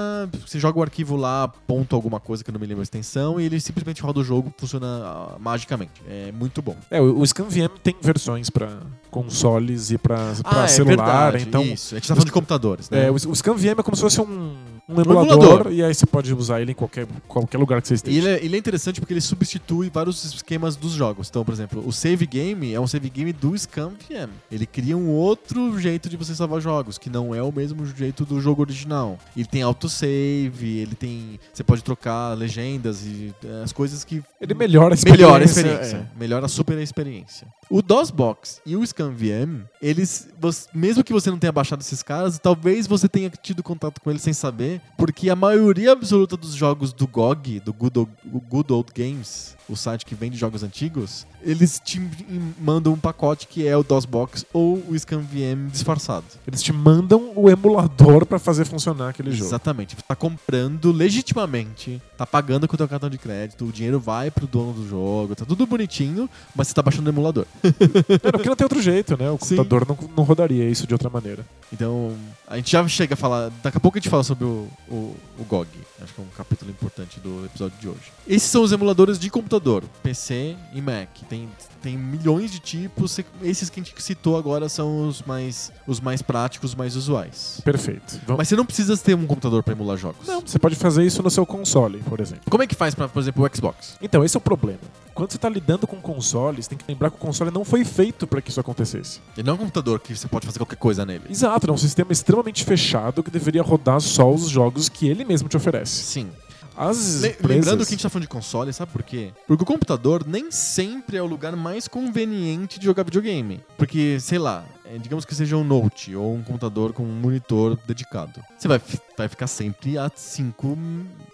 Speaker 1: você joga o arquivo lá, ponto alguma coisa que eu não me lembro a extensão, e ele simplesmente roda o jogo, funciona ah, magicamente. É muito bom.
Speaker 2: É, o o ScanVM tem versões pra consoles e pra pra celular, então...
Speaker 1: Ah, é Isso. A gente tá falando de computadores, né?
Speaker 2: É, o o ScanVM é como se fosse um, um
Speaker 1: emulador.
Speaker 2: emulador, e aí você pode usar ele em qualquer, qualquer lugar que
Speaker 1: E
Speaker 2: você esteja.
Speaker 1: ele é, ele é interessante porque ele substitui vários esquemas dos jogos. Então, por exemplo, o save game é um save game do ScanVM. Ele cria um outro jeito de você salvar jogos, que não é o mesmo jeito do jogo original. Ele tem autosave, ele tem. Você pode trocar legendas e eh, as coisas que.
Speaker 2: Ele melhora a experiência. é.
Speaker 1: Melhora a experiência. Melhora super a experiência. O DOSBox e o ScanVM, eles. você- mesmo que você não tenha baixado esses caras, talvez você tenha tido contato com eles sem saber, porque a maioria absoluta dos jogos do GOG, do Good Old, o Good Old Games, o site que vende jogos antigos, eles te em- mandam um pacote que é o DOSBox ou o ScanVM disfarçado.
Speaker 2: É, Eles te mandam o emulador pra fazer funcionar aquele jogo.
Speaker 1: Exatamente. Você tá comprando legitimamente, tá pagando com o teu cartão de crédito, o dinheiro vai pro dono do jogo, tá tudo bonitinho, mas você tá baixando o emulador.
Speaker 2: É, porque não tem outro jeito, né? O
Speaker 1: Sim.
Speaker 2: computador não, não rodaria isso de outra maneira.
Speaker 1: Então, a gente já chega a falar. Daqui a pouco a gente fala sobre o, o, o GOG. Acho que é um capítulo importante do episódio de hoje. Esses são os emuladores de computador, PC e Mac. Tem, tem milhões de tipos. Esses que a gente citou agora são os mais, os mais práticos, os mais usuais.
Speaker 2: Perfeito. Vamos-
Speaker 1: Mas você não precisa ter um computador para emular jogos.
Speaker 2: Não, você pode fazer isso no seu console, por exemplo.
Speaker 1: Como é que faz, pra, por exemplo, o Xbox?
Speaker 2: Então, esse é o problema. Quando você está lidando com consoles, tem que lembrar que o console não foi feito para que isso acontecesse.
Speaker 1: Ele não é um computador que você pode fazer qualquer coisa nele.
Speaker 2: Exato, é um sistema extremamente fechado que deveria rodar só os jogos que ele mesmo te oferece.
Speaker 1: Sim.
Speaker 2: As
Speaker 1: Le-
Speaker 2: empresas...
Speaker 1: Lembrando que a gente tá falando de console, sabe por quê? Porque o computador nem sempre é o lugar mais conveniente de jogar videogame. Porque, sei lá, é, digamos que seja um Note ou um computador com um monitor dedicado. Você vai, fi- vai ficar sempre a 5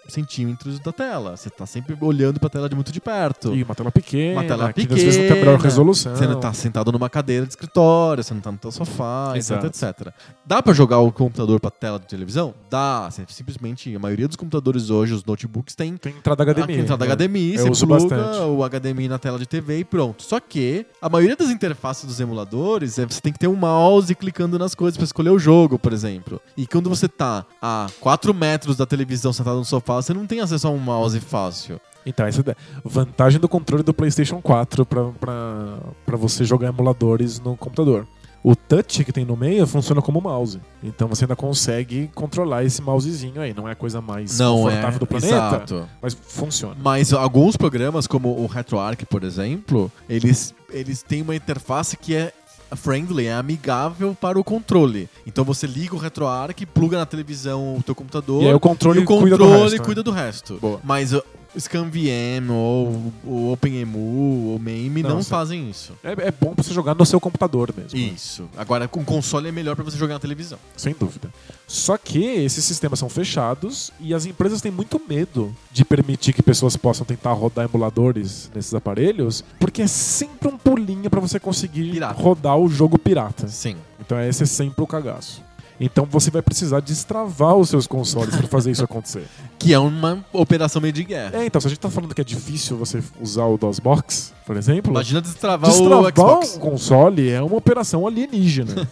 Speaker 1: centímetros da tela. Você tá sempre olhando pra tela de muito de perto.
Speaker 2: E uma tela pequena,
Speaker 1: Uma tela
Speaker 2: que às vezes não tem a melhor
Speaker 1: pequena.
Speaker 2: resolução.
Speaker 1: Você não tá sentado numa cadeira de escritório, você não tá no teu sofá,
Speaker 2: Exato.
Speaker 1: etc, etc. Dá pra jogar o computador pra tela de televisão? Dá. Você simplesmente, a maioria dos computadores hoje, os notebooks, tem
Speaker 2: Tem entrada HDMI.
Speaker 1: Aqui, entrada HDMI,
Speaker 2: né? Eu
Speaker 1: você
Speaker 2: uso
Speaker 1: pluga
Speaker 2: bastante.
Speaker 1: o HDMI na tela de TV e pronto. Só que a maioria das interfaces dos emuladores, é, você tem que ter um mouse clicando nas coisas pra escolher o jogo, por exemplo. E quando você tá a 4 metros da televisão sentado no sofá, você não tem acesso a um mouse fácil.
Speaker 2: Então, essa é a vantagem do controle do PlayStation 4 para você jogar emuladores no computador. O touch que tem no meio funciona como mouse. Então você ainda consegue controlar esse mousezinho aí. Não é a coisa mais
Speaker 1: Não é,
Speaker 2: confortável do planeta,
Speaker 1: exato.
Speaker 2: mas funciona.
Speaker 1: Mas alguns programas, como o RetroArch, por exemplo, eles, eles têm uma interface que é friendly, é amigável para o controle. Então você liga o RetroArch, pluga na televisão o teu computador
Speaker 2: E aí o controle
Speaker 1: e o controle
Speaker 2: cuida do resto, né?
Speaker 1: cuida do resto.
Speaker 2: Boa.
Speaker 1: Mas o ScanVM ou o OpenEMU ou o MAME não,
Speaker 2: Nossa.
Speaker 1: fazem isso.
Speaker 2: É, é bom pra você jogar no seu computador mesmo. né?
Speaker 1: Isso. Agora, com console é melhor para você jogar na televisão.
Speaker 2: Sem dúvida. Só que esses sistemas são fechados e as empresas têm muito medo de permitir que pessoas possam tentar rodar emuladores nesses aparelhos, porque é sempre um pulinho pra você conseguir
Speaker 1: Pirata.
Speaker 2: rodar o jogo pirata.
Speaker 1: Sim.
Speaker 2: Então esse é sempre o cagaço. Então você vai precisar destravar os seus consoles pra fazer isso acontecer.
Speaker 1: Que é uma operação meio de guerra.
Speaker 2: É, então, se a gente tá falando que é difícil você usar o DOSBox, por exemplo,
Speaker 1: Imagina destravar,
Speaker 2: destravar um
Speaker 1: o Xbox.
Speaker 2: o console é uma operação alienígena.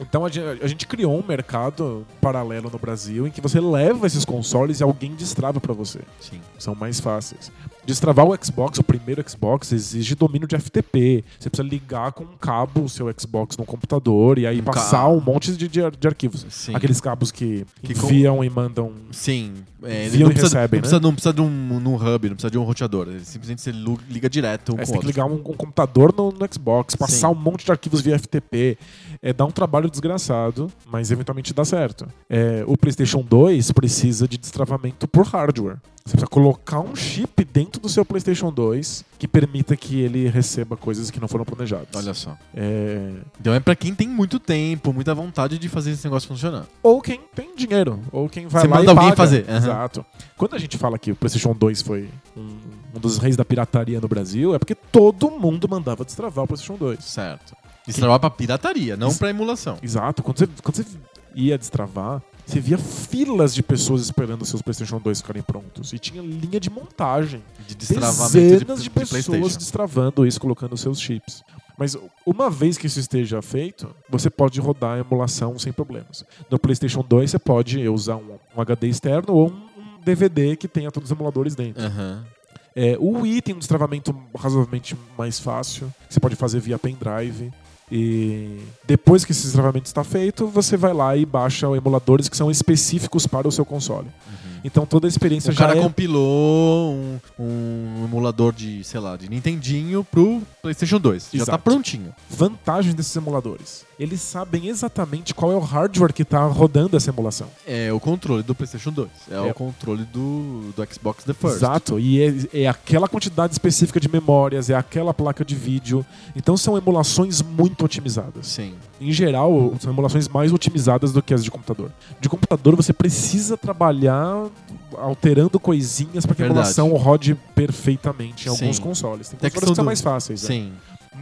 Speaker 2: Então a gen- a gente, criou um mercado paralelo no Brasil em que você leva esses consoles e alguém destrava pra você.
Speaker 1: Sim.
Speaker 2: São mais fáceis. Destravar o Xbox, o primeiro Xbox, exige domínio de FTP. Você precisa ligar com um cabo o seu Xbox no computador e aí
Speaker 1: Um
Speaker 2: passar
Speaker 1: cabo.
Speaker 2: um monte de, de, de arquivos.
Speaker 1: Sim.
Speaker 2: Aqueles cabos que,
Speaker 1: Que com-
Speaker 2: enviam e mandam.
Speaker 1: Sim. É, ele
Speaker 2: Envia
Speaker 1: não
Speaker 2: e né?
Speaker 1: precisa,
Speaker 2: recebe,
Speaker 1: não, precisa, não precisa de um, num hub, não precisa de um roteador. Ele simplesmente você lu- liga direto um com
Speaker 2: Aí você
Speaker 1: o
Speaker 2: tem que
Speaker 1: outro.
Speaker 2: ligar um, um computador no, no Xbox, passar
Speaker 1: Sim.
Speaker 2: um monte de arquivos via FTP. É, dá um trabalho desgraçado, mas eventualmente dá certo. É, o PlayStation 2 precisa de destravamento por hardware. Você precisa colocar um chip dentro do seu PlayStation 2 que permita que ele receba coisas que não foram planejadas.
Speaker 1: Olha só.
Speaker 2: É,
Speaker 1: Então é pra quem tem muito tempo, muita vontade de fazer esse negócio funcionar.
Speaker 2: ou quem tem dinheiro, ou quem vai
Speaker 1: Você
Speaker 2: lá
Speaker 1: manda
Speaker 2: e
Speaker 1: alguém
Speaker 2: paga.
Speaker 1: fazer, aham.
Speaker 2: Exato. Quando a gente fala que o PlayStation 2 foi um, um dos reis da pirataria no Brasil, é porque todo mundo mandava destravar o PlayStation 2.
Speaker 1: Certo. Isso trabalha pra pirataria, não
Speaker 2: Isso-
Speaker 1: pra emulação.
Speaker 2: Exato. Quando você, quando você ia destravar, você via filas de pessoas esperando seus PlayStation 2 ficarem prontos. E tinha linha de montagem.
Speaker 1: De destravamento de,
Speaker 2: Dezenas de,
Speaker 1: de
Speaker 2: pessoas
Speaker 1: PlayStation.
Speaker 2: destravando isso, colocando seus chips. Mas uma vez que isso esteja feito, você pode rodar a emulação sem problemas. No PlayStation 2, você pode usar um, um HD externo ou um um DVD que tenha todos os emuladores dentro.
Speaker 1: Aham.
Speaker 2: É, o Wii tem um destravamento razoavelmente mais fácil. Você pode fazer via pendrive. E depois que esse destravamento está feito, você vai lá e baixa emuladores que são específicos para o seu console. Então toda a experiência
Speaker 1: O
Speaker 2: já
Speaker 1: Uhum. Um cara
Speaker 2: é...
Speaker 1: compilou um, um emulador de, sei lá, de Nintendinho pro PlayStation 2. Já tá
Speaker 2: Exato.
Speaker 1: prontinho.
Speaker 2: vantagens desses emuladores. Eles sabem exatamente qual é o hardware que está rodando essa emulação.
Speaker 1: É o controle do PlayStation 2. É,
Speaker 2: É.
Speaker 1: o controle do, do Xbox The First.
Speaker 2: Exato. E é, é aquela quantidade específica de memórias, é aquela placa de vídeo. Então são emulações muito otimizadas.
Speaker 1: Sim.
Speaker 2: em geral, são emulações mais otimizadas do que as de computador. De computador, você precisa trabalhar alterando coisinhas para que a
Speaker 1: Verdade.
Speaker 2: emulação rode perfeitamente em
Speaker 1: Sim.
Speaker 2: alguns consoles. Tem
Speaker 1: Tem a
Speaker 2: consoles que
Speaker 1: questão
Speaker 2: são
Speaker 1: do-
Speaker 2: mais fáceis. né?
Speaker 1: Sim.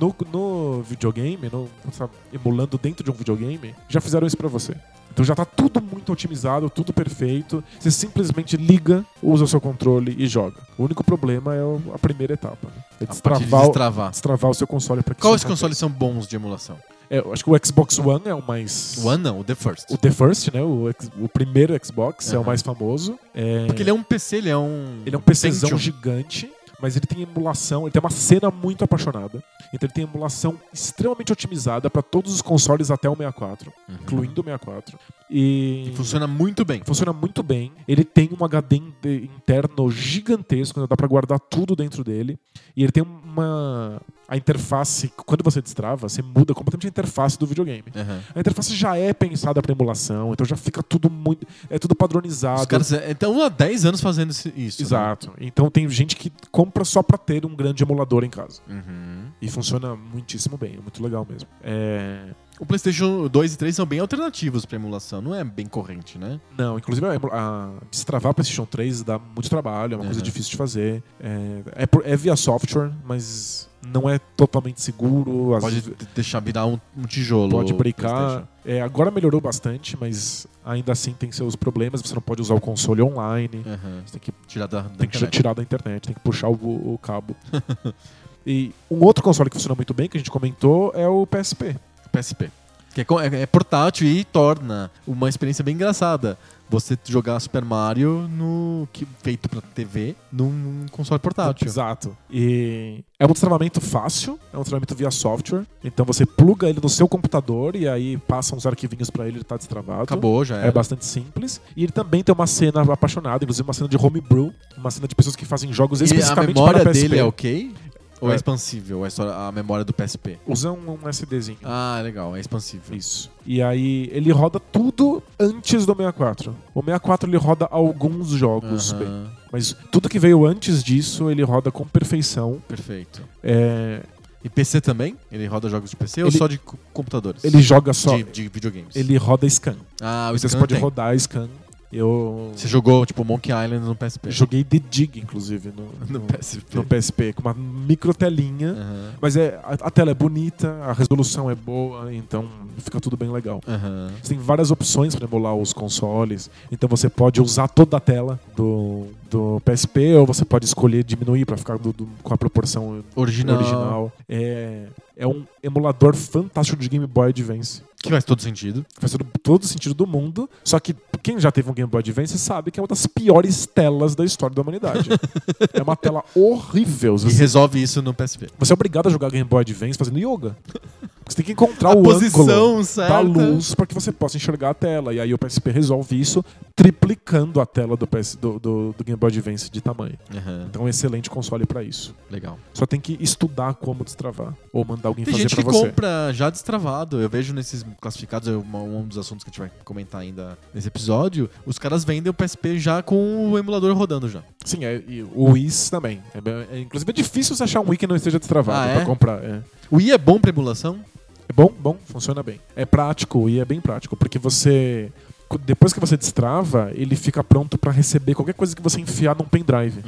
Speaker 2: No, no videogame, no, quando você tá emulando dentro de um videogame, já fizeram isso para você. Então já tá tudo muito otimizado, tudo perfeito. Você simplesmente liga, usa o seu controle e joga. O único problema é o- a primeira etapa. né? É
Speaker 1: A parte de
Speaker 2: destravar, o-
Speaker 1: destravar.
Speaker 2: destravar o seu console para que
Speaker 1: Quais
Speaker 2: isso
Speaker 1: consoles são bons de emulação?
Speaker 2: aconteça. É, eu acho que o Xbox One é o mais.
Speaker 1: O One não, o The First.
Speaker 2: O The First, né? O, ex- o primeiro Xbox é o
Speaker 1: Aham.
Speaker 2: mais famoso. É,
Speaker 1: Porque ele é um PC, ele é um.
Speaker 2: ele é um PCzão
Speaker 1: Pentium.
Speaker 2: gigante, mas ele tem emulação, ele tem uma cena muito apaixonada. Então ele tem emulação extremamente otimizada para todos os consoles até o 64,
Speaker 1: Uhum.
Speaker 2: incluindo o 64. E
Speaker 1: Que funciona muito bem.
Speaker 2: funciona muito bem. Ele tem um HD in- de- interno gigantesco, né? dá pra guardar tudo dentro dele. E ele tem uma a interface, quando você destrava, você muda completamente a interface do videogame.
Speaker 1: Aham.
Speaker 2: A interface já é pensada para emulação, então já fica tudo muito. É tudo padronizado.
Speaker 1: Os caras é, estão há 10 anos fazendo esse- isso. né?
Speaker 2: Exato. Então tem gente que compra só para ter um grande emulador em casa.
Speaker 1: Uhum.
Speaker 2: E funciona muitíssimo bem, é muito legal mesmo. É,
Speaker 1: O PlayStation 2 e 3 são bem alternativos pra emulação, não é bem corrente, né?
Speaker 2: Não, inclusive a, emu- a- destravar o PlayStation 3 dá muito trabalho, é uma coisa
Speaker 1: Uhum.
Speaker 2: difícil de fazer. É, é por- é via software, mas não é totalmente seguro. às
Speaker 1: Pode
Speaker 2: ve-
Speaker 1: de- deixar virar um, um tijolo.
Speaker 2: pode
Speaker 1: o
Speaker 2: brecar.
Speaker 1: PlayStation.
Speaker 2: É, agora melhorou bastante, mas ainda assim tem seus problemas. Você não pode usar o console online.
Speaker 1: Aham.
Speaker 2: Você tem que
Speaker 1: Tirar da, da
Speaker 2: Tem que
Speaker 1: internet.
Speaker 2: tirar da internet, tem que puxar o, o cabo. e um outro console que funciona muito bem, que a gente comentou, é o PSP.
Speaker 1: PSP. Que é, co- é- é portátil e torna uma experiência bem engraçada. Você jogar Super Mario no que- feito pra TV num console portátil.
Speaker 2: Exato. E é um destravamento fácil, é um destravamento via software. Então você pluga ele no seu computador e aí passa uns arquivinhos pra ele, ele tá destravado.
Speaker 1: Acabou, já
Speaker 2: É
Speaker 1: era.
Speaker 2: bastante simples. E ele também tem uma cena apaixonada, inclusive uma cena de homebrew, uma cena de pessoas que fazem jogos
Speaker 1: E a
Speaker 2: especificamente
Speaker 1: memória
Speaker 2: para PSP.
Speaker 1: dele é ok? Ou é,
Speaker 2: É.
Speaker 1: expansível? É só a memória do PSP?
Speaker 2: Usa um, um SDzinho.
Speaker 1: Ah, legal, é expansível.
Speaker 2: Isso. E aí ele roda tudo antes do 64. O 64 ele roda alguns jogos
Speaker 1: Aham,
Speaker 2: bem, mas tudo que veio antes disso ele roda com perfeição.
Speaker 1: Perfeito.
Speaker 2: É,
Speaker 1: E PC também? Ele roda jogos de PC ou
Speaker 2: Ele-
Speaker 1: só de co- computadores?
Speaker 2: ele joga só,
Speaker 1: De, de videogames.
Speaker 2: ele roda scan.
Speaker 1: Ah, o
Speaker 2: Você
Speaker 1: Scan
Speaker 2: pode
Speaker 1: tem.
Speaker 2: rodar scan. Eu
Speaker 1: Você jogou, tipo, Monkey Island no PSP.
Speaker 2: joguei The Dig inclusive no,
Speaker 1: No
Speaker 2: no-
Speaker 1: PSP.
Speaker 2: no PSP com uma micro telinha.
Speaker 1: Aham.
Speaker 2: Mas é, a, a tela é bonita, a resolução é boa, então fica tudo bem legal.
Speaker 1: Aham.
Speaker 2: Você tem várias opções para emular os consoles. Então você pode usar toda a tela do, do PSP ou você pode escolher diminuir para ficar do- do- com a proporção
Speaker 1: Original.
Speaker 2: original. É, é um emulador fantástico de Game Boy Advance.
Speaker 1: Que faz todo sentido.
Speaker 2: Faz todo, todo sentido do mundo. Só que quem já teve um Game Boy Advance sabe que é uma das piores telas da história da humanidade. é uma tela horrível.
Speaker 1: E
Speaker 2: Você,
Speaker 1: resolve isso no PSP.
Speaker 2: você é obrigado a jogar Game Boy Advance fazendo yoga. Você tem que encontrar
Speaker 1: A
Speaker 2: o
Speaker 1: posição
Speaker 2: ângulo
Speaker 1: certa.
Speaker 2: da luz para que você possa enxergar a tela. E aí o PSP resolve isso triplicando a tela do, PS do- do- do Game Boy Advance de tamanho.
Speaker 1: Aham,
Speaker 2: Então é um excelente console para isso.
Speaker 1: Legal.
Speaker 2: Só tem que estudar como destravar. Ou mandar alguém
Speaker 1: Tem
Speaker 2: fazer
Speaker 1: gente
Speaker 2: pra
Speaker 1: que
Speaker 2: você.
Speaker 1: compra já destravado. Eu vejo nesses classificados, é uma- um dos assuntos que a gente vai comentar ainda nesse episódio. Os caras vendem o PSP já com o emulador rodando já.
Speaker 2: Sim, é, e o Wii's também. É bem- é, inclusive é difícil você achar um Wii que não esteja destravado
Speaker 1: Ah, é?
Speaker 2: pra comprar. É.
Speaker 1: O I é bom pra emulação?
Speaker 2: É bom, bom, funciona bem. É prático e é bem prático, porque você co- depois que você destrava, ele fica pronto pra receber qualquer coisa que você enfiar num pendrive.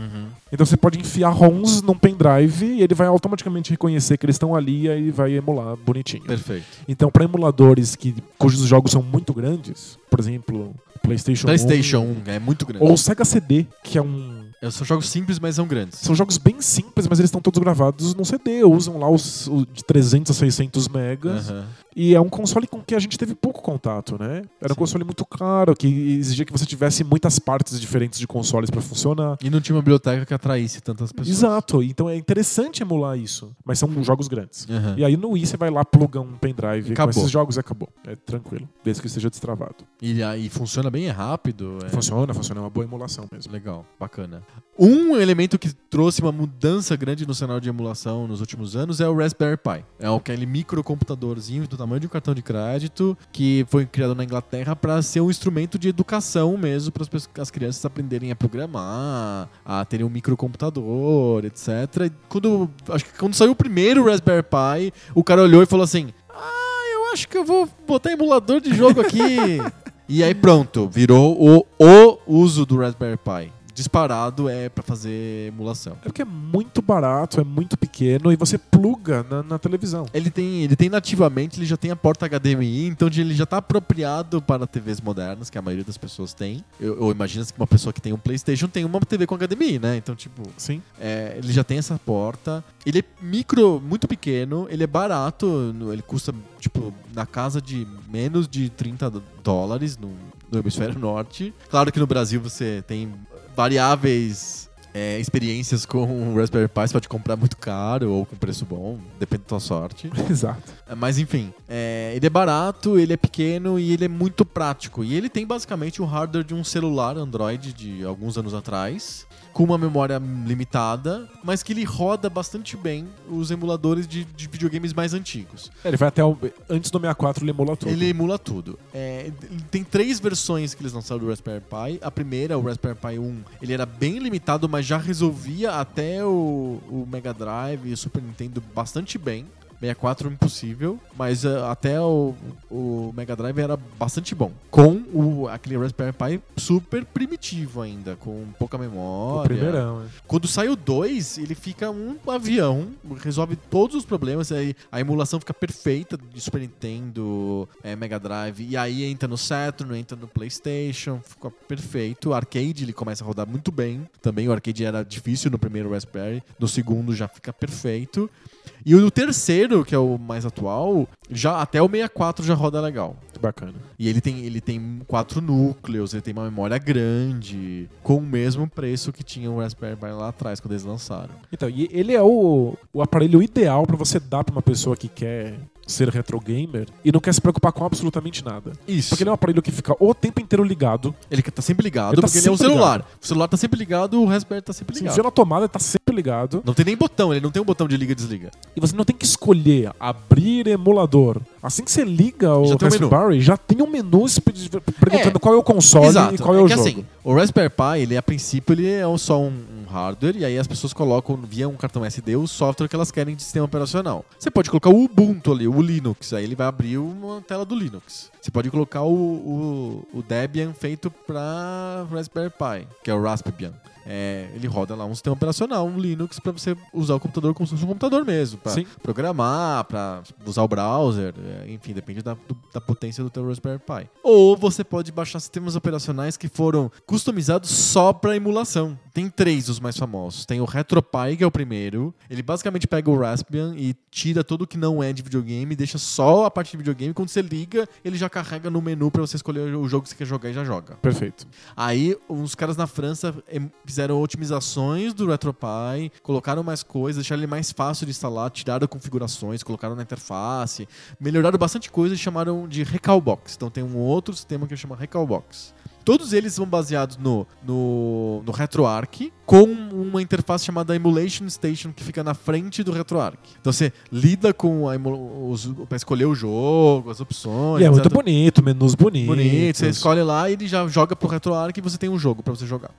Speaker 2: Então você pode enfiar ROMs num pendrive e ele vai automaticamente reconhecer que eles estão ali e aí vai emular bonitinho.
Speaker 1: Perfeito.
Speaker 2: Então pra emuladores que cujos jogos são muito grandes, por exemplo, PlayStation,
Speaker 1: PlayStation 1 é muito grande.
Speaker 2: 1, ou Sega CD, que é um
Speaker 1: É, São jogos simples, mas são grandes.
Speaker 2: são jogos bem simples, mas eles estão todos gravados num CD, usam lá os, o de 300 a 600 megas.
Speaker 1: Aham.
Speaker 2: E é um console com que a gente teve pouco contato, né? Era um console muito caro, que exigia que você tivesse muitas partes diferentes de consoles pra funcionar.
Speaker 1: E não tinha uma biblioteca que atraísse tantas pessoas.
Speaker 2: Exato, então é interessante emular isso, mas são jogos grandes.
Speaker 1: Aham.
Speaker 2: E aí no Wii você vai lá plugar um pendrive
Speaker 1: Acabou.
Speaker 2: com esses jogos e acabou. É tranquilo, desde que esteja destravado.
Speaker 1: E aí funciona bem é rápido. é-
Speaker 2: Funciona, funciona, é uma boa emulação mesmo.
Speaker 1: Legal, bacana. Um elemento que trouxe uma mudança grande no cenário de emulação nos últimos anos é o Raspberry Pi. É aquele microcomputadorzinho do tamanho de um cartão de crédito que foi criado na Inglaterra para ser um instrumento de educação mesmo para as crianças aprenderem a programar, a terem um microcomputador, etc. E quando acho que quando saiu o primeiro Raspberry Pi, o cara olhou e falou assim: "Ah, eu acho que eu vou botar emulador de jogo aqui". E aí pronto, virou o, o uso do Raspberry Pi. Disparado é pra fazer emulação.
Speaker 2: É porque é muito barato, é muito pequeno e você pluga na- na televisão.
Speaker 1: Ele tem, ele tem nativamente, ele já tem a porta HDMI, então de- ele já tá apropriado para TVs modernas, que a maioria das pessoas tem. Eu, eu imagino que uma pessoa que tem um PlayStation tem uma TV com HDMI, né? Então, tipo,
Speaker 2: Sim.
Speaker 1: é, ele já tem essa porta. Ele é micro, muito pequeno, ele é barato, no- ele custa, tipo, na casa de menos de 30 do- dólares no, no hemisfério norte. Claro que no Brasil você tem variáveis é, experiências com o Raspberry Pi, você pode comprar muito caro ou com preço bom, depende da tua sorte.
Speaker 2: Exato.
Speaker 1: É, Mas enfim, é, ele é barato, ele é pequeno e ele é muito prático. E ele tem basicamente o hardware de um celular Android de alguns anos atrás, com uma memória limitada, mas que ele roda bastante bem os emuladores de, de videogames mais antigos.
Speaker 2: É, Ele vai até o... Antes do 64 ele emula tudo.
Speaker 1: Ele emula tudo. É, ele tem três versões que eles lançaram do Raspberry Pi. A primeira, o Raspberry Pi 1, ele era bem limitado, mas já resolvia até o, o Mega Drive e o Super Nintendo bastante bem. 64 impossível, mas eh, até o, o Mega Drive era bastante bom. Com o, aquele Raspberry Pi super primitivo ainda, com pouca memória.
Speaker 2: O primeirão, é.
Speaker 1: Quando sai o 2, ele fica um avião, resolve todos os problemas, aí a emulação fica perfeita de Super Nintendo, eh, Mega Drive, e aí entra no Saturn, entra no PlayStation, fica perfeito. O arcade ele começa a rodar muito bem, também o arcade era difícil no primeiro Raspberry, no segundo já fica perfeito. E o terceiro, que é o mais atual, já até o 64 já roda legal.
Speaker 2: Muito bacana.
Speaker 1: E ele tem, ele tem quatro núcleos, ele tem uma memória grande, com o mesmo preço que tinha o Raspberry Pi lá atrás, quando eles lançaram.
Speaker 2: Então, e ele é o, o aparelho ideal pra você dar pra uma pessoa que quer ser retro gamer e não quer se preocupar com absolutamente nada.
Speaker 1: Isso.
Speaker 2: Porque ele é um aparelho que fica o tempo inteiro ligado.
Speaker 1: Ele tá sempre ligado,
Speaker 2: Ele tá
Speaker 1: porque ele é um
Speaker 2: sempre
Speaker 1: celular. O celular tá sempre ligado, o Raspberry tá sempre
Speaker 2: Você
Speaker 1: ligado.
Speaker 2: enfia na tomada, ele tá sempre ligado.
Speaker 1: Não tem nem botão, ele não tem um botão de liga e desliga.
Speaker 2: E você não tem que escolher abrir emulador. Assim que você liga o
Speaker 1: Já tem um menu.
Speaker 2: Raspberry, já tem um menu se pedi- perguntando
Speaker 1: É.
Speaker 2: qual é o console e qual é, o
Speaker 1: que
Speaker 2: jogo.
Speaker 1: assim, o Raspberry Pi, ele a princípio ele é um- só um, um hardware e aí as pessoas colocam via um cartão SD o software que elas querem de sistema operacional. Você pode colocar o Ubuntu ali, o Linux, aí ele vai abrir uma tela do Linux. Você pode colocar o, o, o Debian feito para Raspberry Pi, que é o Raspbian. É, ele roda lá um sistema operacional, um Linux, para você usar o computador como se fosse um computador mesmo, pra
Speaker 2: Sim.
Speaker 1: programar, pra usar o browser, é, enfim, depende da, do- da potência do teu Raspberry Pi. Ou você pode baixar sistemas operacionais que foram customizados só pra emulação. Tem três os mais famosos. Tem o RetroPie, que é o primeiro. Ele basicamente pega o Raspbian e tira tudo que não é de videogame, deixa só a parte de videogame. Quando você liga, ele já carrega no menu pra você escolher o jogo que você quer jogar e já joga.
Speaker 2: Perfeito.
Speaker 1: Aí, uns caras na França em- fizeram otimizações do RetroPie, colocaram mais coisas, deixaram ele mais fácil de instalar, tiraram configurações, colocaram na interface, melhoraram bastante coisa e chamaram de Recalbox. Então tem um outro sistema que chama Recalbox. Todos eles são baseados no, no, no RetroArch, com uma interface chamada Emulation Station que fica na frente do RetroArch. Então você lida com a emu- os, pra escolher o jogo, as opções.
Speaker 2: E é muito
Speaker 1: etc
Speaker 2: bonito, menus bonitos.
Speaker 1: bonito. Você escolhe lá e ele já joga pro RetroArch e você tem um jogo pra você jogar.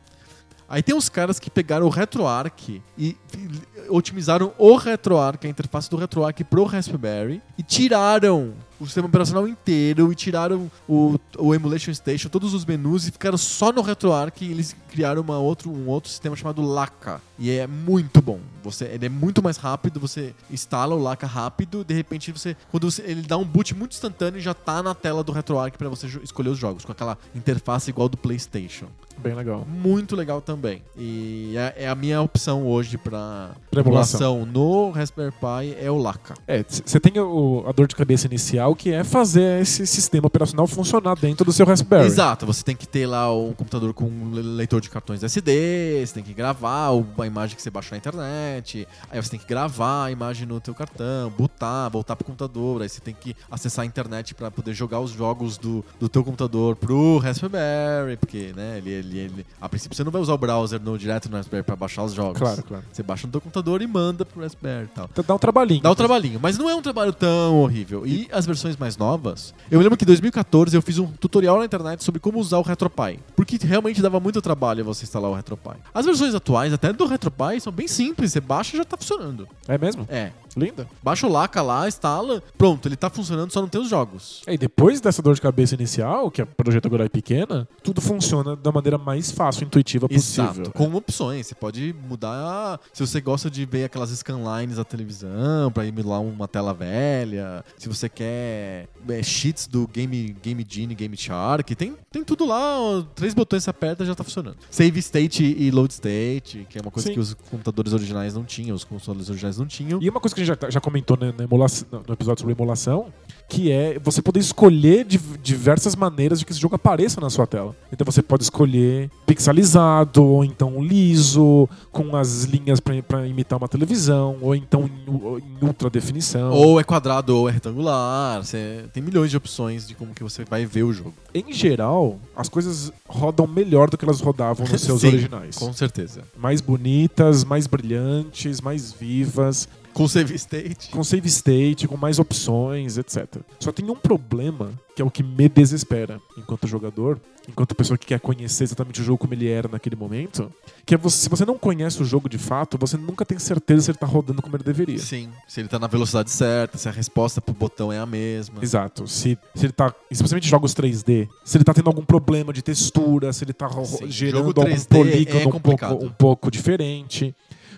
Speaker 1: Aí tem uns caras que pegaram o RetroArch e fi- otimizaram o RetroArch, a interface do RetroArch pro Raspberry e tiraram o sistema operacional inteiro e tiraram o, o Emulation Station, todos os menus e ficaram só no RetroArch e eles criaram uma outro, um outro sistema chamado Laca. E é muito bom. Você, ele é muito mais rápido, você instala o Laca rápido, de repente você quando você- ele dá um boot muito instantâneo e já tá na tela do RetroArch pra você jo- escolher os jogos com aquela interface igual do PlayStation.
Speaker 2: Bem legal.
Speaker 1: Muito legal também. E é, é a minha opção hoje pra
Speaker 2: Pra emulação.
Speaker 1: emulação no Raspberry Pi é o Laca.
Speaker 2: É, c- você tem o- a dor de cabeça inicial, que é fazer esse sistema operacional funcionar dentro do seu Raspberry.
Speaker 1: Exato, você tem que ter lá um computador com um le- leitor de cartões SD, você tem que gravar o- a imagem que você baixou na internet, aí você tem que gravar a imagem no teu cartão, botar, voltar pro computador, aí você tem que acessar a internet pra poder jogar os jogos do, do teu computador pro Raspberry, porque, né, ele, ele, ele- a princípio você não vai usar o browser no, direto no Raspberry pra baixar os jogos.
Speaker 2: Claro, claro.
Speaker 1: Você baixa no teu computador e manda pro Raspberry e tal.
Speaker 2: Então dá um trabalhinho.
Speaker 1: Dá um trabalhinho, mas não é um trabalho tão horrível. E as versões mais novas? Eu me lembro que em 2014 eu fiz um tutorial na internet sobre como usar o RetroPie, porque realmente dava muito trabalho você instalar o RetroPie. As versões atuais, até do RetroPie, são bem simples, você baixa e já tá funcionando.
Speaker 2: É mesmo?
Speaker 1: É,
Speaker 2: Linda.
Speaker 1: baixa o Laca lá, instala, pronto, ele tá funcionando, só não tem os jogos.
Speaker 2: É, E depois dessa dor de cabeça inicial, que a projetadora é pequena, tudo funciona da maneira mais fácil e intuitiva possível. é.
Speaker 1: Exato, com opções. Você pode mudar. Se você gosta de ver aquelas scanlines da televisão pra emular uma tela velha, se você quer é, cheats do Game, Game Genie, Game Shark, tem, tem tudo lá. ó, Três botões você aperta e já tá funcionando. Save state e load state, que é uma coisa
Speaker 2: Sim.
Speaker 1: que os computadores originais não tinham, os consoles originais não tinham.
Speaker 2: E uma coisa que a gente já, já comentou né, na, na emulação- no episódio sobre emulação, que é você poder escolher div- diversas maneiras de que esse jogo apareça na sua tela. Então você pode escolher pixelizado, ou então liso, com as linhas para imitar uma televisão, ou então em, u- ou em ultra definição.
Speaker 1: Ou é quadrado ou é retangular. Você tem milhões de opções de como que você vai ver o jogo.
Speaker 2: Em geral, as coisas rodam melhor do que elas rodavam nos seus
Speaker 1: Sim,
Speaker 2: originais.
Speaker 1: Com certeza.
Speaker 2: Mais bonitas, mais brilhantes, mais vivas.
Speaker 1: Com save state.
Speaker 2: com save state, com mais opções, etc. Só tem um problema que é o que me desespera enquanto jogador, enquanto pessoa que quer conhecer exatamente o jogo como ele era naquele momento, que é você, se você não conhece o jogo de fato, você nunca tem certeza se ele tá rodando como ele deveria.
Speaker 1: Sim, se ele tá na velocidade certa, se a resposta pro botão é a mesma.
Speaker 2: Exato. Se, se ele tá. Especialmente jogos 3D, se ele tá tendo algum problma de textura, se ele tá ro-
Speaker 1: Sim,
Speaker 2: gerando
Speaker 1: jogo
Speaker 2: algum
Speaker 1: 3D
Speaker 2: polígono
Speaker 1: é
Speaker 2: um, pouco,
Speaker 1: complicado.
Speaker 2: um pouco diferente.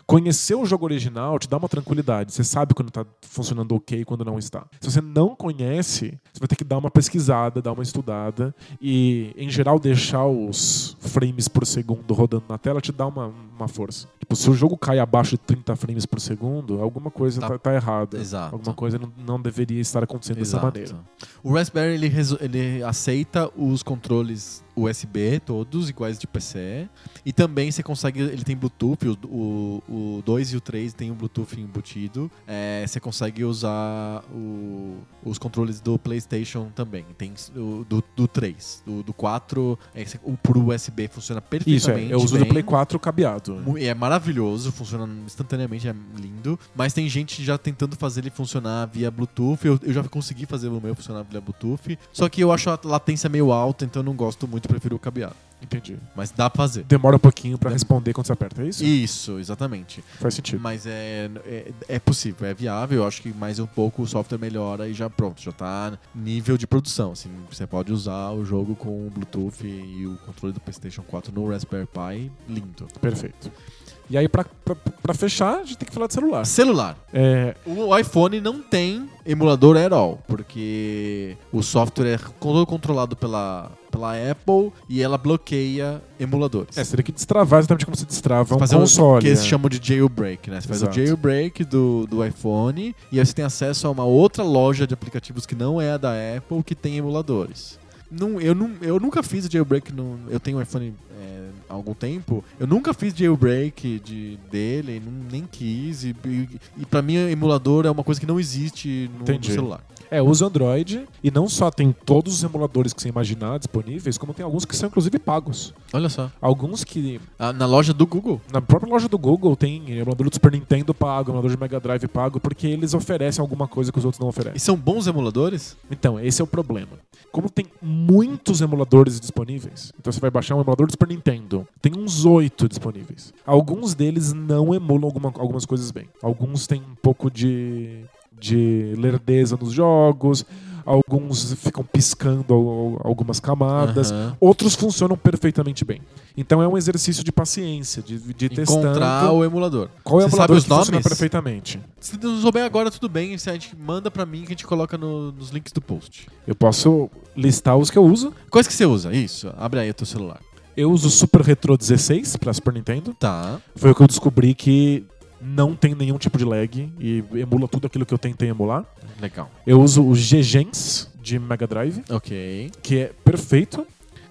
Speaker 2: Conhecer o jogo original te dá uma tranquilidade. Você sabe quando tá funcionando ok e quando não está. Se você não conhece, você vai ter que dar uma pesquisada, dar uma estudada. E, em geral, deixar os frames por segundo rodando na tela te dá uma, uma força. Tipo, se o jogo cai abaixo de 30 frames por segundo, alguma coisa
Speaker 1: Tá-
Speaker 2: tá, tá errada.
Speaker 1: Exato.
Speaker 2: Alguma coisa não, não deveria estar acontecendo
Speaker 1: Exato.
Speaker 2: dessa maneira.
Speaker 1: O Raspberry ele, reso- ele aceita os controles USB, todos iguais de PC. E também você consegue. Ele tem Bluetooth, o- o, o 2 e o 3 tem um Bluetooth embutido. É, você consegue usar o- os controles do PlayStation também. Tem s- o, do, do 3. Do, do 4, é, você- o por USB funciona perfeitamente.
Speaker 2: Isso, é, eu uso do
Speaker 1: bem.
Speaker 2: Play 4 cabeado.
Speaker 1: Mu- É maravilhoso, funciona instantaneamente, é lindo. Mas tem gente já tentando fazer ele funcionar via Bluetooth. Eu, eu já consegui fazer o meu funcionar via Bluetooth. Só que eu acho a latência meio alta, então eu não gosto muito, prefiro o cabeado.
Speaker 2: Entendi.
Speaker 1: Mas dá pra fazer.
Speaker 2: Demora um pouquinho pra
Speaker 1: Dem-
Speaker 2: responder quando você aperta, é isso?
Speaker 1: Isso, exatamente.
Speaker 2: Faz sentido.
Speaker 1: Mas é, é, é possível, é viável. Eu acho que mais um pouco o software melhora e já pronto, já tá nível de produção. Assim, você pode usar o jogo com o Bluetooth e o controle do PlayStation 4 no Raspberry Pi, lindo.
Speaker 2: Perfeito. E aí, pra, pra, pra fechar, a gente tem que falar de celular.
Speaker 1: Celular.
Speaker 2: É,
Speaker 1: O iPhone não tem emulador at all, porque o software é todo controlado pela, pela Apple e ela bloqueia emuladores.
Speaker 2: É, você tem que destravar exatamente como se destrava um
Speaker 1: fazer
Speaker 2: console.
Speaker 1: um que eles
Speaker 2: né?
Speaker 1: chamam de jailbreak, né? Você faz
Speaker 2: Exato.
Speaker 1: o jailbreak do, do iPhone e aí você tem acesso a uma outra loja de aplicativos que não é a da Apple que tem emuladores. Não, eu, não, eu nunca fiz jailbreak. No, eu tenho um iPhone é, há algum tempo. Eu nunca fiz jailbreak de, dele, não- nem quis. E, e, e pra mim, emulador é uma coisa que não existe no- no
Speaker 2: Entendi.
Speaker 1: celular.
Speaker 2: É, usa Android e não só tem todos os emuladores que você imaginar disponíveis, como tem alguns que são inclusive pagos.
Speaker 1: Olha só.
Speaker 2: Alguns que
Speaker 1: Ah, na loja do Google.
Speaker 2: na própria loja do Google tem emulador do Super Nintendo pago, emulador de Mega Drive pago, porque eles oferecem alguma coisa que os outros não
Speaker 1: E
Speaker 2: oferecem.
Speaker 1: são bons emuladores?
Speaker 2: Então, esse é o problema. Como tem muitos emuladores disponíveis, então você vai baixar um emulador do Super Nintendo, tem uns oito disponíveis. Alguns deles não emulam alguma- algumas coisas bem. Alguns têm um pouco de, de lerdeza nos jogos, alguns ficam piscando al- algumas camadas.
Speaker 1: Aham.
Speaker 2: Outros funcionam perfeitamente bem. Então é um exercício de paciência, de, de ir
Speaker 1: Encontrar
Speaker 2: testando
Speaker 1: o emulador.
Speaker 2: qual é o
Speaker 1: Você sabe
Speaker 2: emulador
Speaker 1: os
Speaker 2: que funciona
Speaker 1: nomes?
Speaker 2: perfeitamente.
Speaker 1: Se não souber agora, tudo bem. Se a gente manda pra mim que a gente coloca no- nos links do post.
Speaker 2: Eu posso listar os que eu uso.
Speaker 1: Quais que você usa? Isso. Abre aí o teu celular.
Speaker 2: Eu uso o Super Retro 16 para Super Nintendo.
Speaker 1: Tá.
Speaker 2: Foi o que eu descobri que não tem nenhum tipo de lag e emula tudo aquilo que eu tentei emular.
Speaker 1: Legal.
Speaker 2: Eu uso o GGens de Mega Drive,
Speaker 1: Ok.
Speaker 2: que é perfeito.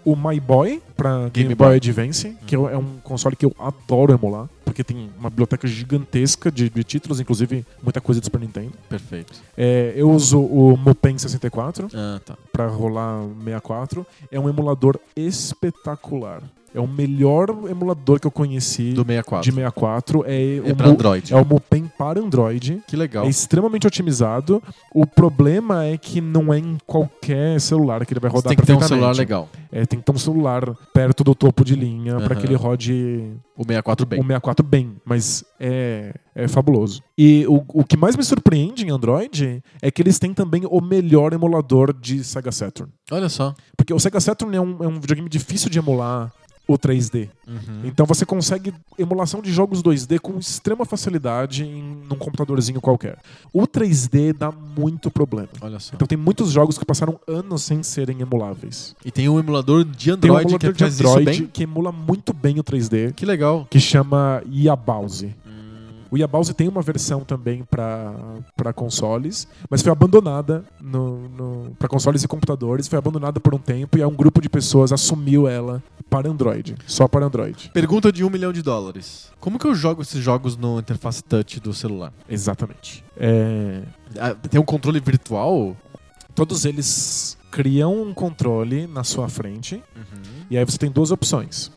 Speaker 2: O My Boy para Game,
Speaker 1: Game
Speaker 2: Boy,
Speaker 1: Boy.
Speaker 2: Advance, que eu- é um console que eu adoro emular, porque tem uma biblioteca gigantesca de, de títulos, inclusive muita coisa de Super Nintendo.
Speaker 1: Perfeito.
Speaker 2: É, eu uso o Mopeng 64
Speaker 1: Ah, tá.
Speaker 2: para rolar 64. É um emulador espetacular. É o melhor emulador que eu conheci
Speaker 1: Do 64.
Speaker 2: de 64. É,
Speaker 1: É
Speaker 2: o
Speaker 1: pra
Speaker 2: Mo-
Speaker 1: Android.
Speaker 2: É o Mopeng para Android.
Speaker 1: Que legal.
Speaker 2: É extremamente otimizado. O problema é que não é em qualquer celular que ele vai
Speaker 1: Você
Speaker 2: rodar
Speaker 1: tem que ter um celular
Speaker 2: perfeitamente.
Speaker 1: legal.
Speaker 2: É, tem que ter um celular perto do topo de linha pra
Speaker 1: Aham.
Speaker 2: que ele rode
Speaker 1: O 64
Speaker 2: o
Speaker 1: bem.
Speaker 2: 64 bem, mas é, é fabuloso. E o, o que mais me surpreende em Android é que eles têm também o melhor emulador de Sega Saturn.
Speaker 1: Olha só.
Speaker 2: Porque o Sega Saturn é um, é um videogame difícil de emular o 3D.
Speaker 1: Uhum.
Speaker 2: Então você consegue emulação de jogos 2D com extrema facilidade em num computadorzinho qualquer. O 3D dá muito problema.
Speaker 1: Olha só.
Speaker 2: Então tem muitos jogos que passaram anos sem serem emuláveis.
Speaker 1: E tem um emulador de
Speaker 2: Tem um
Speaker 1: Android
Speaker 2: emulador
Speaker 1: que
Speaker 2: de
Speaker 1: faz isso
Speaker 2: Android
Speaker 1: bem.
Speaker 2: que emula muito bem o 3D,
Speaker 1: Que legal.
Speaker 2: que chama Yabouse. O Yabouse tem uma versão também para consoles, mas foi abandonada no, para consoles e computadores, foi abandonada por um tempo e aí um grupo de pessoas assumiu ela para Android, só para Android.
Speaker 1: Pergunta de um milhão de dólares. Como que eu jogo esses jogos no interface touch do celular?
Speaker 2: Exatamente. É,
Speaker 1: Ah, tem um controle virtual?
Speaker 2: todos eles criam um controle na sua frente
Speaker 1: Uhum.
Speaker 2: e aí você tem duas opções.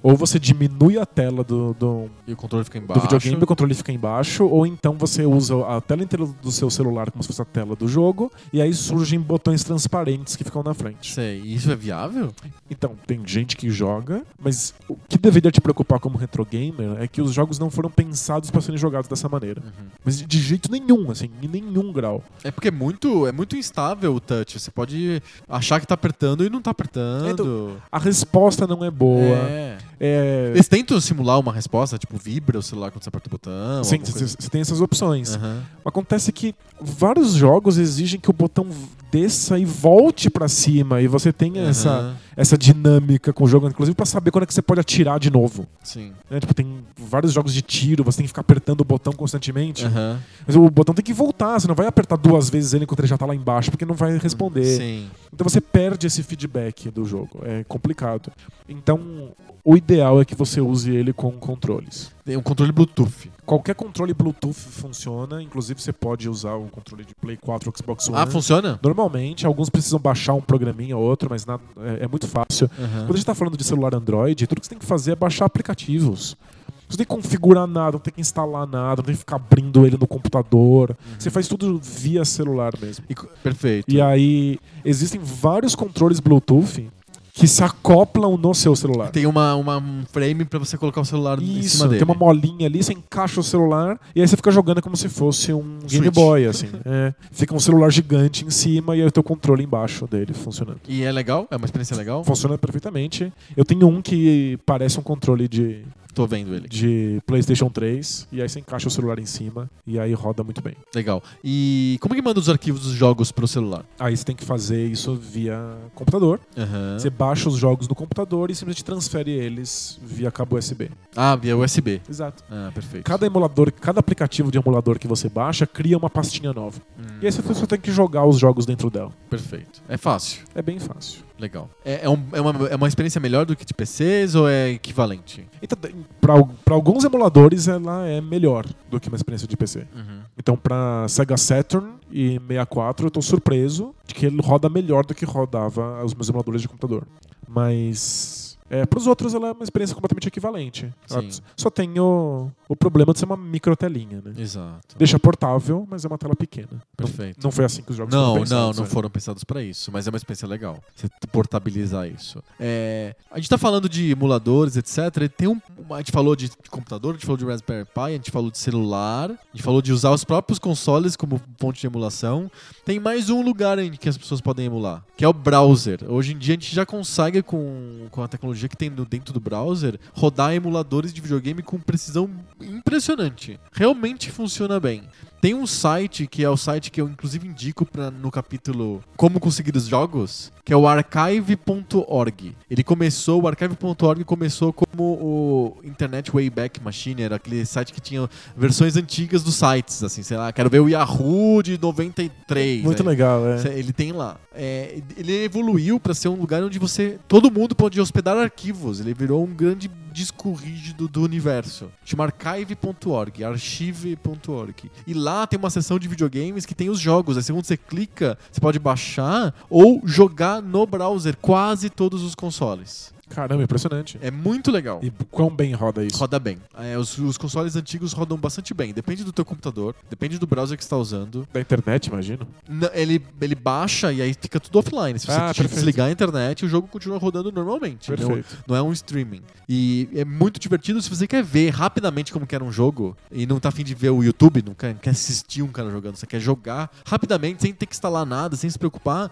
Speaker 2: Ou você diminui a tela do, do,
Speaker 1: E o controle fica
Speaker 2: do
Speaker 1: embaixo.
Speaker 2: videogame, o controle fica embaixo, ou então você usa a tela inteira do seu celular como se fosse a tela do jogo, e aí surgem botões transparentes que ficam na frente.
Speaker 1: Sei. E Isso é viável?
Speaker 2: Então, tem gente que joga, mas o que deveria te preocupar como retro gamer é que os jogos não foram pensados para serem jogados dessa maneira.
Speaker 1: Uhum.
Speaker 2: Mas de jeito nenhum, assim, em nenhum grau.
Speaker 1: É porque é muito, é muito instável o touch. Você pode achar que tá apertando e não tá
Speaker 2: É,
Speaker 1: apertando.
Speaker 2: A resposta não é boa.
Speaker 1: É.
Speaker 2: É...
Speaker 1: Eles tentam simular uma resposta, tipo, vibra o celular quando você aperta o botão.
Speaker 2: Sim,
Speaker 1: alguma coisa. assim. Uhum.
Speaker 2: você tem essas opções.
Speaker 1: Aham.
Speaker 2: Acontece que vários jogos exigem que o botão desça e volte pra cima e você tenha
Speaker 1: Uhum.
Speaker 2: essa,
Speaker 1: Aham.
Speaker 2: essa dinâmica com o jogo, inclusive pra saber quando é que você pode atirar de novo.
Speaker 1: Sim.
Speaker 2: né? Tipo, tem vários jogos de tiro, você tem que ficar apertando o botão constantemente.
Speaker 1: Aham.
Speaker 2: Mas o botão tem que voltar, você não vai apertar duas vezes ele enquanto ele já tá lá embaixo, porque não vai responder.
Speaker 1: Sim.
Speaker 2: Então você perde esse feedback do jogo. É complicado. Então, o ideal é que você use ele com controles.
Speaker 1: Tem um controle Bluetooth.
Speaker 2: Qualquer controle Bluetooth funciona, inclusive você pode usar o controle de Play 4 Xbox One.
Speaker 1: Ah, funciona?
Speaker 2: Normalmente, alguns precisam baixar um programinha ou outro, mas nada- é, é muito fácil.
Speaker 1: Aham.
Speaker 2: Quando a gente tá falando de celular Android, tudo que você tem que fazer é baixar aplicativos. Você não tem que configurar nada, não tem que instalar nada, não tem que ficar abrindo ele no computador.
Speaker 1: Uhum.
Speaker 2: Você faz tudo via celular mesmo.
Speaker 1: E co- perfeito.
Speaker 2: E aí, existem vários controles Bluetooth que se acoplam no seu celular.
Speaker 1: Tem uma, uma- um frame pra você colocar o celular em
Speaker 2: Isso,
Speaker 1: cima dele.
Speaker 2: tem uma molinha ali, você encaixa o celular e aí você fica jogando como se fosse um Game
Speaker 1: Switch.
Speaker 2: Boy, assim. É. Fica um celular gigante em cima e aí o teu controle embaixo dele funcionando.
Speaker 1: E é legal? É uma experiência legal?
Speaker 2: Funciona perfeitamente. Eu tenho um que parece um controle de,
Speaker 1: Tô vendo ele.
Speaker 2: de PlayStation 3 e aí você encaixa o celular em cima e aí roda muito bem.
Speaker 1: Legal. E como que manda os arquivos dos jogos pro celular?
Speaker 2: Aí você tem que fazer isso via computador.
Speaker 1: Aham.
Speaker 2: Você baixa os jogos no computador e simplesmente transfere eles via cabo USB.
Speaker 1: Ah, via USB.
Speaker 2: Exato.
Speaker 1: Ah, perfeito.
Speaker 2: Cada emulador, cada aplicativo de emulador que você baixa cria uma pastinha nova. E aí você só tem que jogar os jogos dentro dela.
Speaker 1: Hum, Perfeito. É fácil.
Speaker 2: É bem fácil.
Speaker 1: Legal. É, é um- é uma, é uma experiência melhor do que de PCs ou é equivalente?
Speaker 2: Então, tem- pra al- pra alguns emuladores ela é melhor do que uma experiência de PC.
Speaker 1: Uhum.
Speaker 2: Então, pra Sega Saturn e 64, eu tô surpreso de que ele roda melhor do que rodava os meus emuladores de computador. Mas. É, pros outros ela é uma experiência completamente equivalente. Ela
Speaker 1: Sim.
Speaker 2: s- Só tem o, o problema de ser uma micro telinha, né?
Speaker 1: Exato.
Speaker 2: Deixa portável, mas é uma tela pequena.
Speaker 1: Perfeito.
Speaker 2: Não foi assim que os jogos
Speaker 1: Não,
Speaker 2: foram
Speaker 1: não,
Speaker 2: pensados,
Speaker 1: não
Speaker 2: né?
Speaker 1: foram pensados pra isso, mas é uma experiência legal. Você portabilizar isso. É, a gente tá falando de emuladores, etc. e tem um, a gente falou de computador, a gente falou de Raspberry Pi, a gente falou de celular, a gente falou de usar os próprios consoles como fonte de emulação. Tem mais um lugar em que as pessoas podem emular, que é o browser. Hoje em dia a gente já consegue, com, com a tecnologia que tem no- dentro do browser, rodar emuladores de videogame com precisão impressionante. Realmente funciona bem. Tem um site que é o site que eu inclusive indico pra, no capítulo Como Conseguir os Jogos, que é o archive.org. Ele começou, o archive.org começou como o Internet Wayback Machine, era aquele site que tinha versões antigas dos sites, assim, sei lá, quero ver o Yahoo de 93.
Speaker 2: Muito
Speaker 1: aí
Speaker 2: legal, é.
Speaker 1: Cê- Ele tem lá. É, ele evoluiu para ser um lugar onde você. Todo mundo pode hospedar arquivos. Ele virou um grande disco rígido do universo. Chama archive.org, archive.org. E lá tem uma seção de videogames que tem os jogos. Aí, segundo você clica, você pode baixar ou jogar no browser quase todos os consoles.
Speaker 2: Caramba, impressionante.
Speaker 1: É muito legal.
Speaker 2: E quão bem roda isso?
Speaker 1: Roda bem. É, os, os consoles antigos rodam bastante bem. Depende do teu computador, depende do browser que você está usando.
Speaker 2: Da internet, imagino.
Speaker 1: Não, ele, ele baixa e aí fica tudo offline. Se você
Speaker 2: Ah,
Speaker 1: te-
Speaker 2: perfeito.
Speaker 1: desligar a internet, o jogo continua rodando normalmente. Não,
Speaker 2: Perfeito.
Speaker 1: não é um streaming. E é muito divertido se você quer ver rapidamente como que era um jogo e não tá afim de ver o YouTube, não quer, quer assistir um cara jogando, você quer jogar rapidamente, sem ter que instalar nada, sem se preocupar.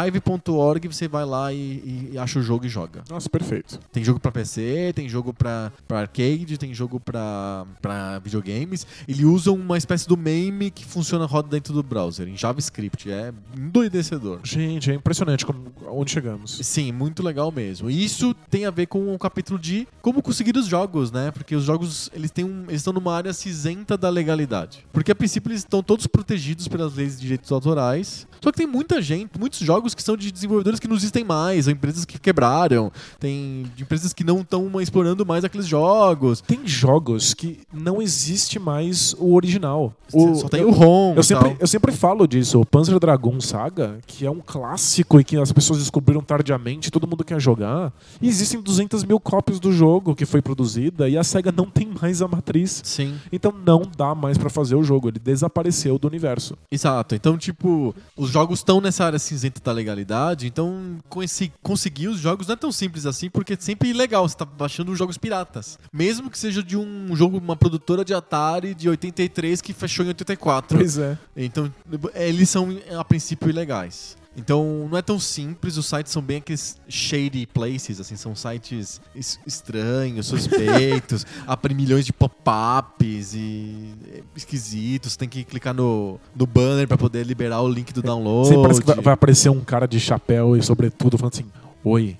Speaker 1: Archive.org, você vai lá e- e- e acha o jogo e joga.
Speaker 2: Nossa, perfeito.
Speaker 1: Tem jogo pra PC, tem jogo pra, pra arcade, tem jogo pra, pra videogames. Ele usa uma espécie do meme que funciona roda dentro do browser, em JavaScript. É endoidecedor.
Speaker 2: Gente, é impressionante como, onde chegamos.
Speaker 1: Sim, muito legal mesmo. E isso tem a ver com o capítulo de como conseguir os jogos, né? Porque os jogos, eles têm um, eles estão numa área cinzenta da legalidade. Porque a princípio eles estão todos protegidos pelas leis de direitos autorais. Só que tem muita gente, muitos jogos que são de desenvolvedores que não existem mais, ou empresas que quebraram, tem de empresas que não estão explorando mais aqueles jogos.
Speaker 2: Tem jogos que não existe mais o original. O-
Speaker 1: Só tem
Speaker 2: eu,
Speaker 1: o ROM
Speaker 2: eu
Speaker 1: e tal.
Speaker 2: sempre, eu sempre falo disso, o Panzer Dragon Saga, que é um clássico e que as pessoas descobriram tardiamente, todo mundo quer jogar. E existem 200 mil cópias do jogo que foi produzida e a SEGA não tem mais a matriz.
Speaker 1: Sim,
Speaker 2: Então não dá mais pra fazer o jogo, ele desapareceu do universo.
Speaker 1: exato. Então, tipo, os jogos estão nessa área cinzenta da legalidade, então conheci- conseguir os jogos não é tão simples assim, porque é sempre ilegal, você tá baixando os jogos piratas. Mesmo que seja de um jogo, uma produtora de Atari de 83 que fechou em 84.
Speaker 2: Pois é.
Speaker 1: Então, eles são, a princípio, ilegais. Então, não é tão simples, os sites são bem aqueles shady places, assim, são sites es- estranhos, suspeitos, abre milhões de pop-ups e é esquisitos, tem que clicar no, no banner pra poder liberar o link do download.
Speaker 2: Sempre parece que vai, vai aparecer um cara de chapéu e sobretudo falando assim: Oi,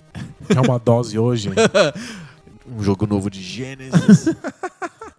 Speaker 2: quer uma dose hoje?
Speaker 1: um jogo novo de Genesis.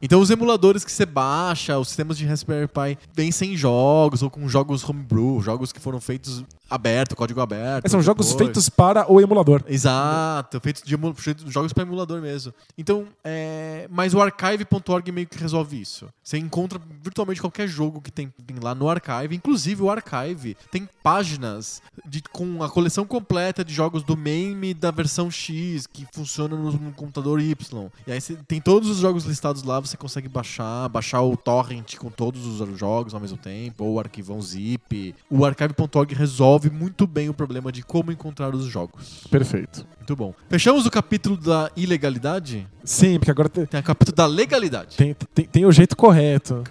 Speaker 1: então os emuladores que você baixa, os sistemas de Raspberry Pi vêm sem jogos ou com jogos homebrew, jogos que foram feitos aberto, código aberto.
Speaker 2: É, São jogos
Speaker 1: depois.
Speaker 2: feitos para o emulador.
Speaker 1: Exato, feito de emu- feito de jogos para emulador mesmo. Então, é, mas o archive.org meio que resolve isso. Você encontra virtualmente qualquer jogo que tem, tem lá no archive, inclusive o archive tem páginas de- com a coleção completa de jogos do meme da versão X que funciona no, no computador Y. E aí você tem todos os jogos listados lá, você consegue baixar, baixar o torrent com todos os jogos ao mesmo tempo, ou o arquivão zip. O archive.org resolve muito bem o problema de como encontrar os jogos.
Speaker 2: Perfeito.
Speaker 1: Muito bom. Fechamos o capítulo da ilegalidade?
Speaker 2: Sim, porque agora te-
Speaker 1: Tem o capítulo da legalidade.
Speaker 2: tem, tem, tem o jeito correto.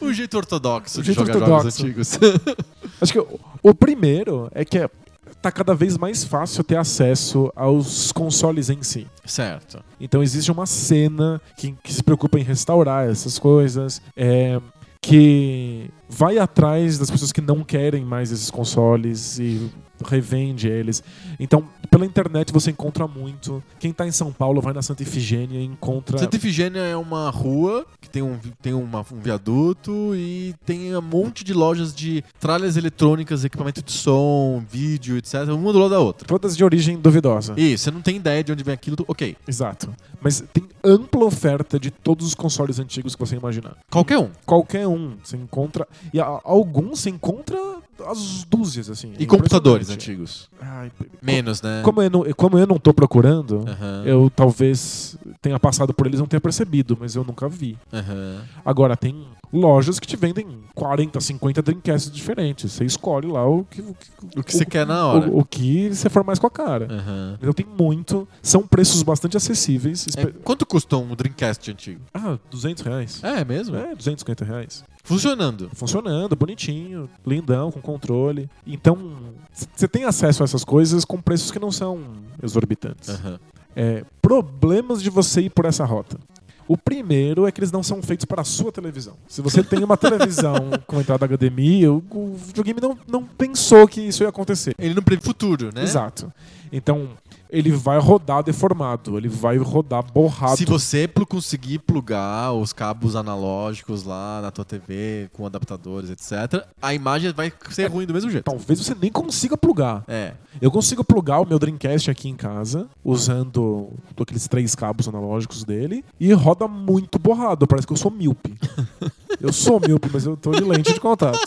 Speaker 1: O jeito ortodoxo
Speaker 2: O
Speaker 1: de
Speaker 2: jeito
Speaker 1: jogar
Speaker 2: ortodoxo.
Speaker 1: jogos antigos.
Speaker 2: Acho que o, o primeiro é que é- tá cada vez mais fácil ter acesso aos consoles em si.
Speaker 1: certo.
Speaker 2: Então existe uma cena que, que se preocupa em restaurar essas coisas, é, que vai atrás das pessoas que não querem mais esses consoles e revende eles. Então, pela internet você encontra muito. Quem tá em São Paulo vai na Santa Ifigênia e encontra.
Speaker 1: Santa Ifigênia é uma rua que tem, um, vi- tem uma- um viaduto e tem um monte de lojas de tralhas eletrônicas, equipamento de som, vídeo, etc. Uma do lado da outra.
Speaker 2: Todas de origem duvidosa.
Speaker 1: E você não tem ideia de onde vem aquilo, tu- ok.
Speaker 2: Exato. Mas tem ampla oferta de todos os consoles antigos que você imaginar.
Speaker 1: Qualquer um.
Speaker 2: Qualquer um você encontra. E a- alguns você encontra as dúzias, assim. É
Speaker 1: E computadores
Speaker 2: impressionante.
Speaker 1: antigos.
Speaker 2: Ai,
Speaker 1: Menos, né?
Speaker 2: como, eu não, como eu não tô procurando,
Speaker 1: Aham,
Speaker 2: eu talvez tenha passado por eles e não tenha percebido, mas eu nunca vi.
Speaker 1: aham.
Speaker 2: Agora, tem lojas que te vendem 40, 50 Dreamcasts diferentes. Você escolhe lá o que, o que,
Speaker 1: O que você quer na hora.
Speaker 2: o, o que você for mais com a cara.
Speaker 1: Aham.
Speaker 2: Então tem muito. São preços bastante acessíveis.
Speaker 1: É,
Speaker 2: Espe-
Speaker 1: quanto custou um Dreamcast antigo?
Speaker 2: Ah, 200 reais.
Speaker 1: É mesmo?
Speaker 2: É, 250 reais.
Speaker 1: Funcionando.
Speaker 2: Funcionando, bonitinho, lindão, com controle. Então, c- você tem acesso a essas coisas com preços que não são exorbitantes.
Speaker 1: Aham.
Speaker 2: É, problemas de você ir por essa rota. O primeiro é que eles não são feitos para a sua televisão. Se você tem uma televisão com entrada HDMI, o, o videogame não, não pensou que isso ia acontecer.
Speaker 1: Ele não prevê futuro,
Speaker 2: É.
Speaker 1: né?
Speaker 2: Exato. Então, ele vai rodar deformado, ele vai rodar borrado.
Speaker 1: Se você plu- conseguir plugar os cabos analógicos lá na tua TV, com adaptadores, etc., a imagem vai ser ruim do mesmo jeito.
Speaker 2: Talvez você nem consiga plugar.
Speaker 1: É.
Speaker 2: Eu consigo plugar o meu Dreamcast aqui em casa, usando aqueles três cabos analógicos dele, e roda muito borrado. Parece que eu sou míope. eu sou míope, mas eu tô de lente de contato.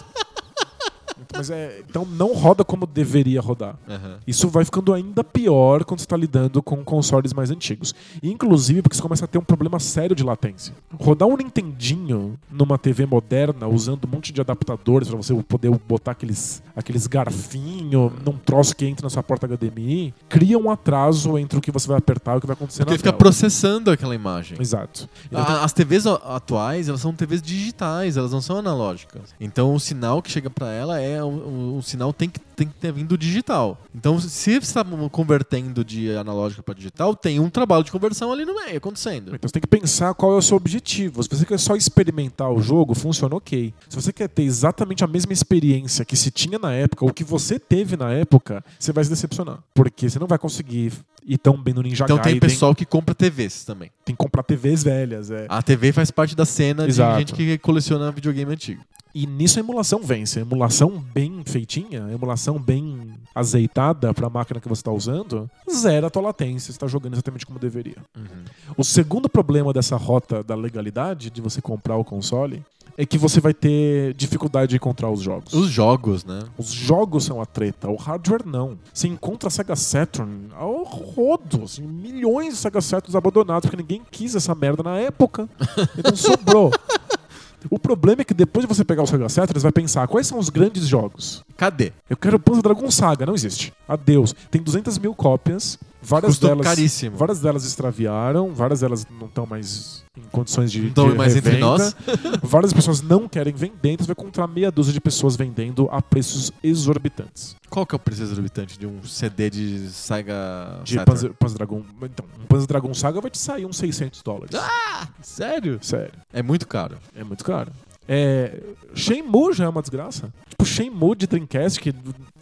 Speaker 2: Então, mas é- então não roda como deveria rodar.
Speaker 1: Aham.
Speaker 2: Isso vai ficando ainda pior quando você está lidando com consoles mais antigos. Inclusive porque você começa a ter um problema sério de latência. Rodar um Nintendinho numa TV moderna, usando um monte de adaptadores para você poder botar aqueles, aqueles garfinhos num troço que entra na sua porta HDMI, cria um atraso entre o que você vai apertar e o que vai acontecer
Speaker 1: Porque
Speaker 2: na
Speaker 1: fica Ah,
Speaker 2: tela.
Speaker 1: processando aquela imagem.
Speaker 2: Exato. Então, tem-
Speaker 1: A- As TVs a- atuais, elas são TVs digitais, elas não são analógicas. Então o sinal que chega pra ela é um, um- um sinal tem que tem que ter vindo digital. Então se você está convertendo de analógico pra digital, tem um trabalho de conversão ali no meio acontecendo.
Speaker 2: Então você tem que pensar qual é o seu objetivo. Se você quer só experimentar o jogo, funciona ok. Se você quer ter exatamente a mesma experiência que se tinha na época, ou que você teve na época, você vai se decepcionar. Porque você não vai conseguir ir tão bem no Ninja
Speaker 1: Então tem
Speaker 2: Gaiden.
Speaker 1: pessoal que compra TVs também.
Speaker 2: Tem que comprar TVs velhas, é.
Speaker 1: A TV faz parte da cena
Speaker 2: Exato.
Speaker 1: de gente que coleciona videogame antigo.
Speaker 2: E nisso a emulação vence. A emulação bem feitinha, a emulação bem azeitada para a máquina que você está usando, zera a tua latência. Você está jogando exatamente como deveria. O segundo problema dessa rota da legalidade, de você comprar o console, é que você vai ter dificuldade de encontrar os jogos.
Speaker 1: Os jogos, né?
Speaker 2: Os jogos são a treta, o hardware não. Você encontra a Sega Saturn ao rodo, assim, milhões de Sega Saturns abandonados, porque ninguém quis essa merda na época. Então sobrou. O problema é que depois de você pegar o Sega Saturn, você vai pensar, quais são os grandes jogos?
Speaker 1: Cadê?
Speaker 2: Eu quero Panzer Dragon Saga, não existe. Adeus. Tem 200 mil cópias, várias
Speaker 1: Custou
Speaker 2: delas...
Speaker 1: caríssimo.
Speaker 2: Várias delas extraviaram, várias delas não estão mais em condições de.
Speaker 1: Não tão
Speaker 2: de
Speaker 1: mais entre
Speaker 2: revenda.
Speaker 1: nós.
Speaker 2: várias pessoas não querem vender, então você vai encontrar meia dúzia de pessoas vendendo a preços exorbitantes.
Speaker 1: Qual que é o preço exorbitante de um CD de Sega
Speaker 2: De
Speaker 1: Saturn?
Speaker 2: Panzer, Panzer Dragon. Então, um Panzer Dragon Saga vai te sair uns 600 dólares.
Speaker 1: Ah! Sério?
Speaker 2: Sério,
Speaker 1: É muito caro.
Speaker 2: é muito caro. É, Shenmue já é uma desgraça. Tipo, Shenmue de Dreamcast, que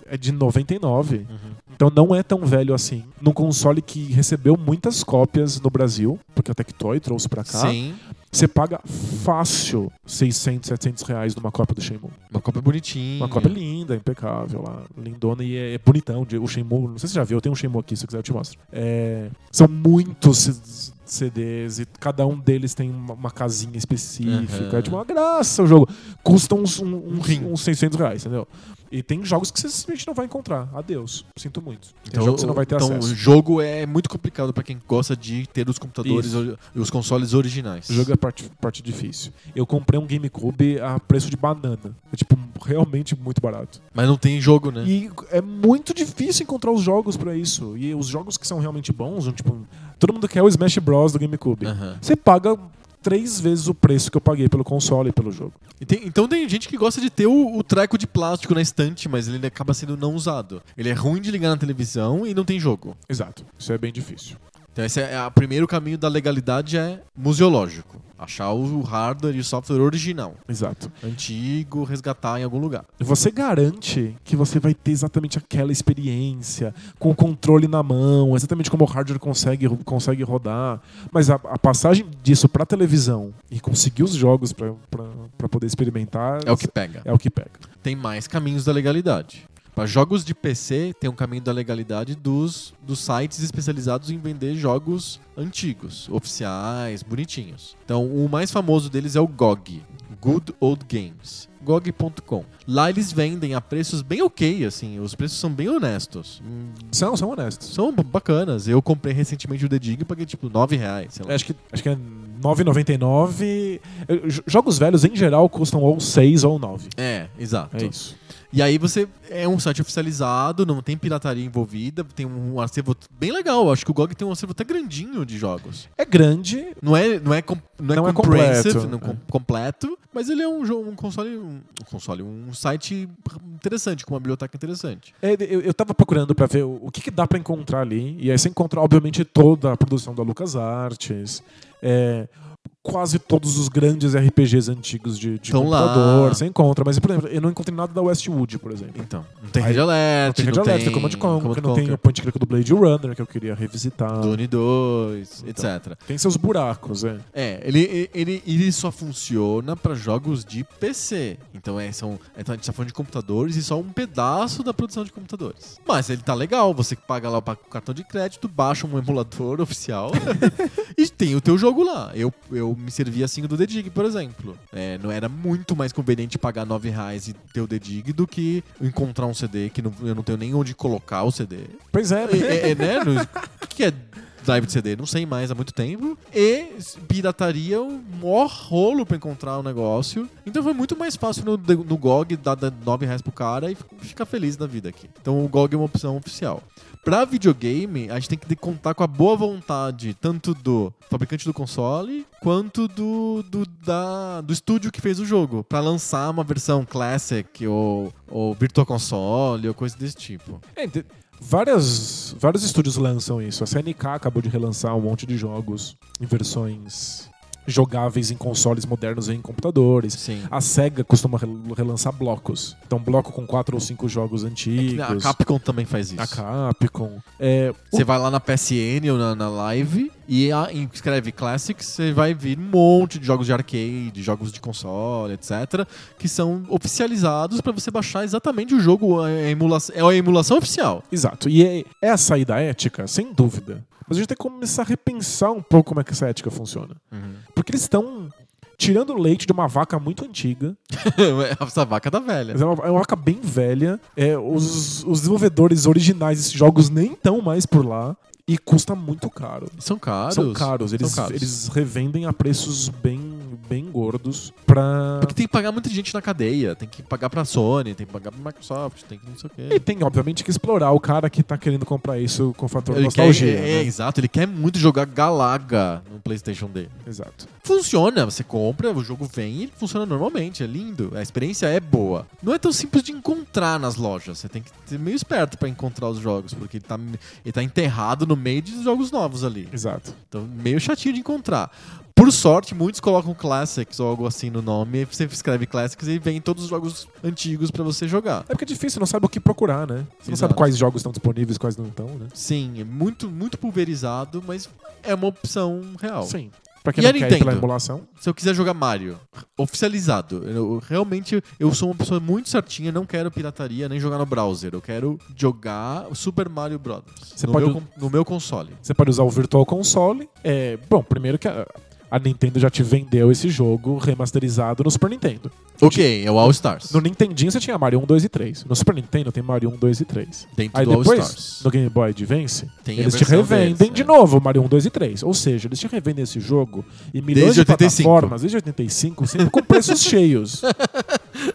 Speaker 2: é de 99.
Speaker 1: Uhum.
Speaker 2: Então não é tão velho assim. Num console que recebeu muitas cópias no Brasil, porque a Tectoy trouxe pra cá.
Speaker 1: Sim.
Speaker 2: Você paga fácil 600, 700 reais numa cópia do Shenmue.
Speaker 1: Uma cópia bonitinha.
Speaker 2: Uma cópia linda, impecável lá, lindona e é, é bonitão. de- O Shenmue, não sei se você já viu, eu tenho um Shenmue aqui, se eu quiser eu te mostro. É, são muitos c- CDs e cada um deles tem uma, uma casinha específica.
Speaker 1: Aham.
Speaker 2: É tipo uma graça o jogo. Custa uns, um- uns,
Speaker 1: rim.
Speaker 2: uns 600 reais, entendeu? E tem jogos que você simplesmente não vai encontrar. Adeus, sinto muito. Tem
Speaker 1: Então,
Speaker 2: jogo que você não vai ter
Speaker 1: então,
Speaker 2: acesso.
Speaker 1: o jogo é muito complicado pra quem gosta de ter os computadores
Speaker 2: Isso.
Speaker 1: ori- e os consoles originais.
Speaker 2: O jogo é parte, parte difícil. Eu comprei um GameCube a preço de banana. É tipo, realmente muito barato.
Speaker 1: Mas não tem jogo, né?
Speaker 2: E é muito difícil encontrar os jogos pra isso. E os jogos que são realmente bons, um, tipo, todo mundo quer o Smash Bros do GameCube.
Speaker 1: Aham.
Speaker 2: Você paga três vezes o preço que eu paguei pelo console e pelo jogo.
Speaker 1: E tem- então tem gente que gosta de ter o, o treco de plástico na estante, mas ele acaba sendo não usado. Ele é ruim de ligar na televisão e não tem jogo.
Speaker 2: Exato. Isso é bem difícil.
Speaker 1: Então esse é o primeiro caminho da legalidade é museológico. Achar o hardware e o software original,
Speaker 2: Exato.
Speaker 1: antigo, resgatar em algum lugar.
Speaker 2: Você garante que você vai ter exatamente aquela experiência, com o controle na mão, exatamente como o hardware consegue, consegue rodar. Mas a, a passagem disso pra televisão e conseguir os jogos pra- pra pra poder experimentar
Speaker 1: É o que pega.
Speaker 2: é o que pega.
Speaker 1: Tem mais caminhos da legalidade. Para jogos de PC, tem um caminho da legalidade dos, dos sites especializados em vender jogos antigos, oficiais, bonitinhos. Então, o mais famoso deles é o GOG, Good Old Games, gog.com. Lá eles vendem a preços bem ok, assim, os preços são bem honestos. Hum,
Speaker 2: São, são honestos.
Speaker 1: São b- bacanas. Eu comprei recentemente o The Dig e paguei tipo 9 reais, sei lá.
Speaker 2: Acho que, acho que é 9,99. Eu- jo- Jogos velhos, em geral, custam ou 6 ou 9.
Speaker 1: É, exato.
Speaker 2: É isso.
Speaker 1: E aí você é um site oficializado, não tem pirataria envolvida, tem um acervo t- bem legal. Acho que o GOG tem um acervo até grandinho de jogos.
Speaker 2: É grande.
Speaker 1: Não é, não é, com- não é
Speaker 2: Não é
Speaker 1: comprehensive,
Speaker 2: completo,
Speaker 1: não com-
Speaker 2: é.
Speaker 1: completo, mas ele é um jogo, um console, um, um console, um site interessante, com uma biblioteca interessante.
Speaker 2: É, eu, eu tava procurando pra ver o, o que, que dá pra encontrar ali. E aí você encontra, obviamente, toda a produção da LucasArts. É, quase todos os grandes RPGs antigos de, de
Speaker 1: Tão lá.
Speaker 2: computador. Você encontra. Mas, por exemplo, eu não encontrei nada da Westwood, por exemplo.
Speaker 1: Então, não tem
Speaker 2: Aí-
Speaker 1: Red
Speaker 2: Não
Speaker 1: Alert,
Speaker 2: tem Red
Speaker 1: não
Speaker 2: Alert,
Speaker 1: tem
Speaker 2: tem Command Conquer,
Speaker 1: Command
Speaker 2: não tem o Point Click do Blade Runner, que eu queria revisitar.
Speaker 1: Dune 2,
Speaker 2: Então.
Speaker 1: etc.
Speaker 2: Tem seus buracos, é.
Speaker 1: É, ele, ele, ele só funciona pra jogos de PC. Então, é, são, então a gente tá falando de computadores e só um pedaço da produção de computadores. Mas ele tá legal, você paga lá o pa- cartão de crédito, baixa um emulador oficial e tem o teu jogo lá. Eu, eu me servi assim do The Dig, por exemplo. É, não era muito mais conveniente pagar R$ 9 reais e ter o The Dig do que encontrar um CD que não- eu não tenho nem onde colocar o CD.
Speaker 2: Pois é,
Speaker 1: É, é, né? No- O que que é drive de CD? Não sei mais há muito tempo. E pirataria, é um maior rolo pra encontrar o negócio. Então foi muito mais fácil no, no GOG dar dar 9 reais pro cara e ficar feliz na vida aqui. Então o GOG é uma opção oficial. Pra videogame, a gente tem que contar com a boa vontade tanto do fabricante do console quanto do, do, da, do estúdio que fez o jogo pra lançar uma versão Classic ou, ou Virtual Console ou coisa desse tipo.
Speaker 2: É, te- várias, vários estúdios lançam isso. A CNK acabou de relançar um monte de jogos em versões jogáveis em consoles modernos e em computadores.
Speaker 1: Sim.
Speaker 2: A SEGA costuma rel- relançar blocos. Então, bloco com quatro ou cinco jogos antigos.
Speaker 1: É A Capcom também faz isso.
Speaker 2: A Capcom. É, o-
Speaker 1: Você vai lá na PSN ou na, na live e a- escreve Classics, você vai vir um monte de jogos de arcade, jogos de console, etc., que são oficializados pra você baixar exatamente o jogo, a emulação, é a emulação oficial.
Speaker 2: Exato. E é, é a saída ética, sem dúvida. Mas a gente tem que começar a repensar um pouco como é que essa ética funciona.
Speaker 1: Uhum.
Speaker 2: Porque eles estão tirando leite de uma vaca muito antiga
Speaker 1: Essa vaca tá velha.
Speaker 2: Mas é uma, é uma vaca bem velha. É, os, os desenvolvedores originais desses jogos nem estão mais por lá. E custa muito caro.
Speaker 1: São caros.
Speaker 2: São caros. Eles,
Speaker 1: São caros.
Speaker 2: eles revendem a preços bem, bem gordos pra.
Speaker 1: Porque tem que pagar muita gente na cadeia, tem que pagar pra Sony, tem que pagar pra Microsoft, tem que não sei o quê.
Speaker 2: E tem, obviamente, que explorar o cara que tá querendo comprar isso com fator
Speaker 1: Ele quer,
Speaker 2: nostalgia.
Speaker 1: é, é,
Speaker 2: né?
Speaker 1: exato, ele quer muito jogar Galaga no PlayStation dele.
Speaker 2: Exato.
Speaker 1: funciona. Você compra, o jogo vem e ele funciona normalmente. É lindo. A experiência é boa. Não é tão simples de encontrar nas lojas. Você tem que ser meio esperto pra encontrar os jogos, porque ele tá, ele tá enterrado no meio de jogos novos ali.
Speaker 2: Exato.
Speaker 1: Então, meio chatinho de encontrar. Por sorte, muitos colocam Classics ou algo assim no nome. e Você escreve Classics e vem todos os jogos antigos pra você jogar.
Speaker 2: É porque é difícil, não sabe o que procurar, né? Você não
Speaker 1: Exato.
Speaker 2: sabe quais jogos estão disponíveis, quais não estão, né?
Speaker 1: Sim, é muito, muito pulverizado, mas é uma opção real.
Speaker 2: Sim. Pra
Speaker 1: E
Speaker 2: quem não
Speaker 1: a
Speaker 2: quer ir
Speaker 1: Nintendo?
Speaker 2: pela emulação.
Speaker 1: se eu quiser jogar Mario oficializado, eu, realmente eu sou uma pessoa muito certinha, não quero pirataria nem jogar no browser. Eu quero jogar o Super Mario Brothers
Speaker 2: Você
Speaker 1: no,
Speaker 2: pode-
Speaker 1: meu, con- no meu console.
Speaker 2: Você pode usar o Virtual Console. É, bom, primeiro que a, a Nintendo já te vendeu esse jogo remasterizado no Super Nintendo.
Speaker 1: Ok, é o All Stars.
Speaker 2: No Nintendinho você tinha Mario 1, 2 e 3. No Super Nintendo tem Mario 1, 2 e 3.
Speaker 1: Dentro
Speaker 2: Aí
Speaker 1: do All
Speaker 2: depois,
Speaker 1: Stars.
Speaker 2: no Game Boy Advance,
Speaker 1: Tem a
Speaker 2: eles te
Speaker 1: versão
Speaker 2: revendem
Speaker 1: deles,
Speaker 2: de
Speaker 1: é.
Speaker 2: novo o Mario 1, 2 e 3. Ou seja, eles te revendem esse jogo e milhões
Speaker 1: Desde
Speaker 2: de
Speaker 1: 85.
Speaker 2: plataformas, desde 85, sempre com preços cheios.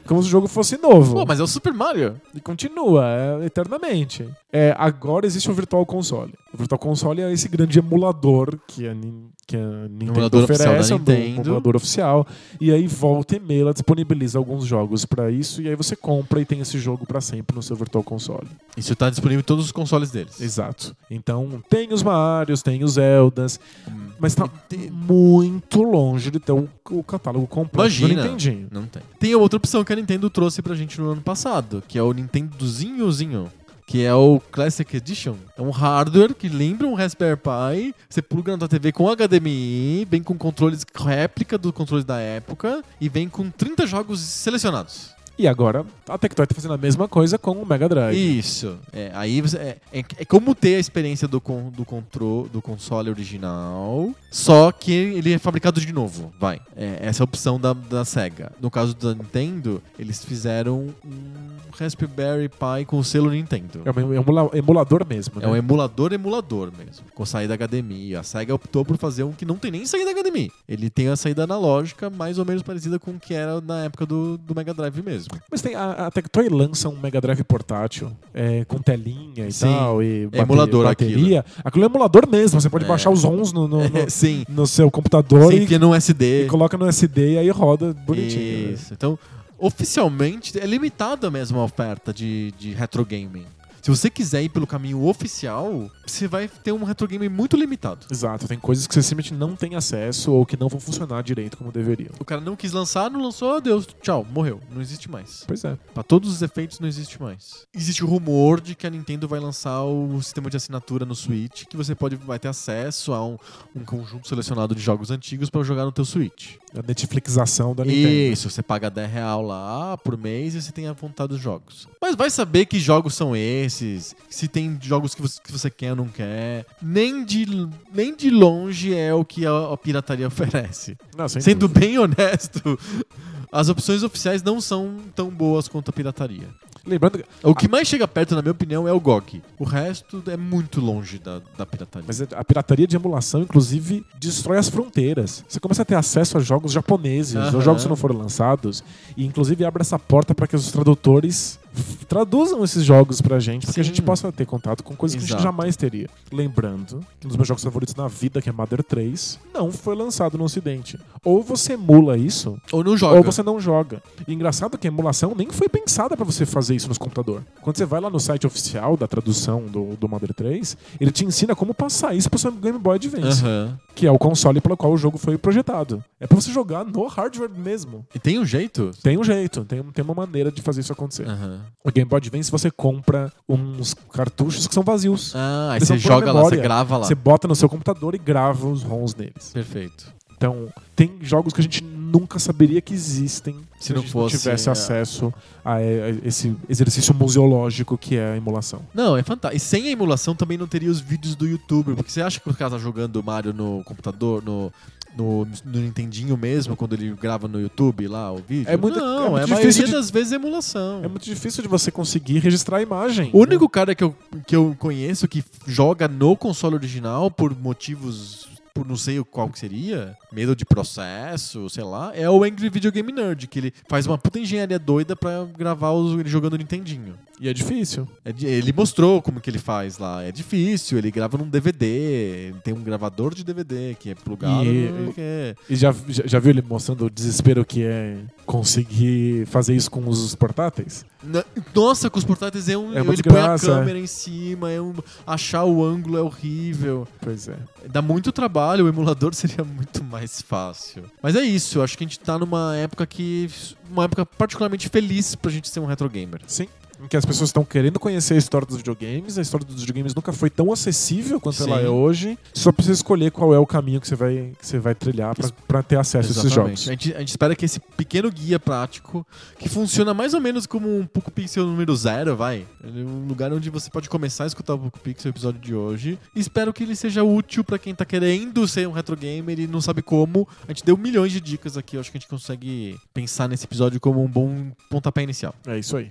Speaker 2: Como se o jogo fosse novo.
Speaker 1: Pô, mas é o Super Mario.
Speaker 2: E continua é, eternamente. É, agora existe o Virtual Console. O Virtual Console é esse grande emulador que a, Nin- que a Nintendo
Speaker 1: Emulador oficial
Speaker 2: oferece,
Speaker 1: da
Speaker 2: é um
Speaker 1: Nintendo.
Speaker 2: emulador oficial. E aí volta e meia ela disponibiliza alguns jogos pra isso e aí você compra e tem esse jogo pra sempre no seu Virtual Console.
Speaker 1: Isso tá disponível em todos os consoles deles.
Speaker 2: Exato. Então tem os Marios, tem os Zeldas, mas tá muito longe de ter o, o catálogo completo
Speaker 1: Imagina.
Speaker 2: do Nintendinho.
Speaker 1: Não tem. Tem outra opção que a Nintendo trouxe pra gente no ano passado, que é o Nintendozinhozinho. Que é o Classic Edition. É um hardware que lembra um Raspberry Pi. Você pluga na tua TV com HDMI, vem com controles réplica dos controles da época e vem com 30 jogos selecionados.
Speaker 2: E agora a Tectoy tá fazendo a mesma coisa com o Mega Drive.
Speaker 1: Isso. É, aí você- é, é- é como ter a experiência do, con, do, contro, do console original, só que ele é fabricado de novo. Vai. É, essa é a opção da, da SEGA. No caso da Nintendo, eles fizeram um Raspberry Pi com o selo Nintendo.
Speaker 2: É um emula- emulador mesmo, né?
Speaker 1: É um emulador emulador mesmo, com saída HDMI. A SEGA optou por fazer um que não tem nem saída HDMI. Ele tem a saída analógica, mais ou menos parecida com o que era na época do, do Mega Drive mesmo.
Speaker 2: Mas tem, a, a Tectoy lança um Mega Drive portátil é, com telinha e
Speaker 1: Sim. é
Speaker 2: tal, e bate-
Speaker 1: emulador
Speaker 2: bateria. Aquilo. é emulador mesmo, você pode
Speaker 1: É.
Speaker 2: baixar os ROMs no, no, no-
Speaker 1: Sim.
Speaker 2: no seu computador
Speaker 1: Você
Speaker 2: e,
Speaker 1: enfia num SD.
Speaker 2: e coloca no SD e aí roda bonitinho. né?
Speaker 1: Isso. Então, oficialmente, é limitada mesmo a oferta de, de retro gaming. Se você quiser ir pelo caminho oficial, você vai ter um retro game muito limitado.
Speaker 2: Exato, tem coisas que você simplesmente não tem acesso ou que não vão funcionar direito como deveriam.
Speaker 1: O cara não quis lançar, não lançou, adeus, tchau, morreu. Não existe mais.
Speaker 2: Pois é.
Speaker 1: Pra todos os efeitos, não existe mais. Existe o rumor de que a Nintendo vai lançar o sistema de assinatura no Switch, que você pode, vai ter acesso a um, um conjunto selecionado de jogos antigos pra jogar no teu Switch.
Speaker 2: A Netflixização da Nintendo.
Speaker 1: Isso, você paga 10 real lá por mês e você tem a vontade dos jogos. Mas vai saber que jogos são esses, se tem jogos que você, que você quer ou não quer. Nem de, nem de longe é o que a, a pirataria oferece.
Speaker 2: Não, sem
Speaker 1: Sendo
Speaker 2: dúvida.
Speaker 1: bem honesto, as opções oficiais não são tão boas quanto a pirataria.
Speaker 2: Lembrando que.
Speaker 1: O que mais chega perto, na minha opinião, é o GOG. O resto é muito longe da, da pirataria.
Speaker 2: Mas a pirataria de emulação, inclusive, destrói as fronteiras. Você começa a ter acesso a jogos japoneses,
Speaker 1: Aham.
Speaker 2: ou jogos que não foram lançados, e inclusive abre essa porta para que os tradutores f- traduzam esses jogos pra gente, porque a
Speaker 1: Sim.
Speaker 2: gente possa ter contato com coisas que a gente
Speaker 1: Exato.
Speaker 2: jamais teria. Lembrando que um dos meus jogos favoritos na vida, que é Mother 3, não foi lançado no Ocidente. Ou você emula isso,
Speaker 1: Ou não joga.
Speaker 2: ou você não joga. E engraçado que a emulação nem foi pensada pra você fazer isso nos computador. Quando você vai lá no site oficial da tradução do, do Mother 3, ele te ensina como passar isso pro seu Game Boy Advance,
Speaker 1: Aham.
Speaker 2: que é o console pelo qual o jogo foi projetado. É pra você jogar no hardware mesmo.
Speaker 1: E tem um jeito?
Speaker 2: Tem um jeito, tem, tem uma maneira de fazer isso acontecer.
Speaker 1: Aham.
Speaker 2: O Game Boy Advance você compra uns cartuchos que são vazios.
Speaker 1: Ah, aí
Speaker 2: Eles
Speaker 1: você
Speaker 2: são pura
Speaker 1: joga lá, você
Speaker 2: memória.
Speaker 1: grava Ah, lá.
Speaker 2: Você bota no seu computador e grava os ROMs neles.
Speaker 1: Perfeito.
Speaker 2: Então, tem jogos que a gente nunca saberia que existem
Speaker 1: Se
Speaker 2: se,
Speaker 1: não
Speaker 2: a gente
Speaker 1: fosse,
Speaker 2: não tivesse
Speaker 1: é.
Speaker 2: acesso a, a esse exercício museológico que é a emulação.
Speaker 1: Não, é fantástico. E sem a emulação também não teria os vídeos do YouTube. Porque você acha que o cara tá jogando Mario no computador, no, no, no Nintendinho mesmo, quando ele grava no YouTube lá o vídeo?
Speaker 2: É muito-
Speaker 1: não,
Speaker 2: é muito
Speaker 1: a
Speaker 2: difícil
Speaker 1: maioria
Speaker 2: de-
Speaker 1: das vezes é emulação.
Speaker 2: É muito difícil de você conseguir registrar a imagem.
Speaker 1: O único cara que eu, que eu conheço que joga no console original por motivos. Por não sei qual que seria, medo de processo, sei lá, é o Angry Video Game Nerd, que ele faz uma puta engenharia doida pra gravar os, ele jogando o Nintendinho.
Speaker 2: E é difícil.
Speaker 1: É di- Ele mostrou como que ele faz lá. É difícil, ele grava num DVD, ele tem um gravador de DVD que é plugado.
Speaker 2: E-
Speaker 1: no- que é-
Speaker 2: E já, já, já viu ele mostrando o desespero que é conseguir fazer isso com os portáteis?
Speaker 1: Na- Nossa, com os portáteis é um.
Speaker 2: É uma
Speaker 1: ele põe a
Speaker 2: desgraça, é.
Speaker 1: câmera em cima, é um... achar o ângulo é horrível.
Speaker 2: Pois é.
Speaker 1: Dá muito trabalho, o emulador seria muito mais fácil. Mas é isso, eu acho que a gente tá numa época que. Uma época particularmente feliz pra gente ser um retro gamer.
Speaker 2: Sim. Em que as pessoas estão querendo conhecer a história dos videogames. A história dos videogames nunca foi tão acessível quanto ela
Speaker 1: Sim.
Speaker 2: é hoje. Só precisa escolher qual é o caminho que você vai, que você vai trilhar pra- pra ter acesso a esses
Speaker 1: Exatamente.
Speaker 2: jogos.
Speaker 1: A gente, a gente espera que esse pequeno guia prático, que funciona mais ou menos como um Poco Pixel número zero, vai. Ele é um lugar onde você pode começar a escutar o Poco Pixel episódio de hoje. Espero que ele seja útil pra quem tá querendo ser um retro gamer e não sabe como. A gente deu milhões de dicas aqui, eu acho que a gente consegue pensar nesse episódio como um bom pontapé inicial.
Speaker 2: É isso aí.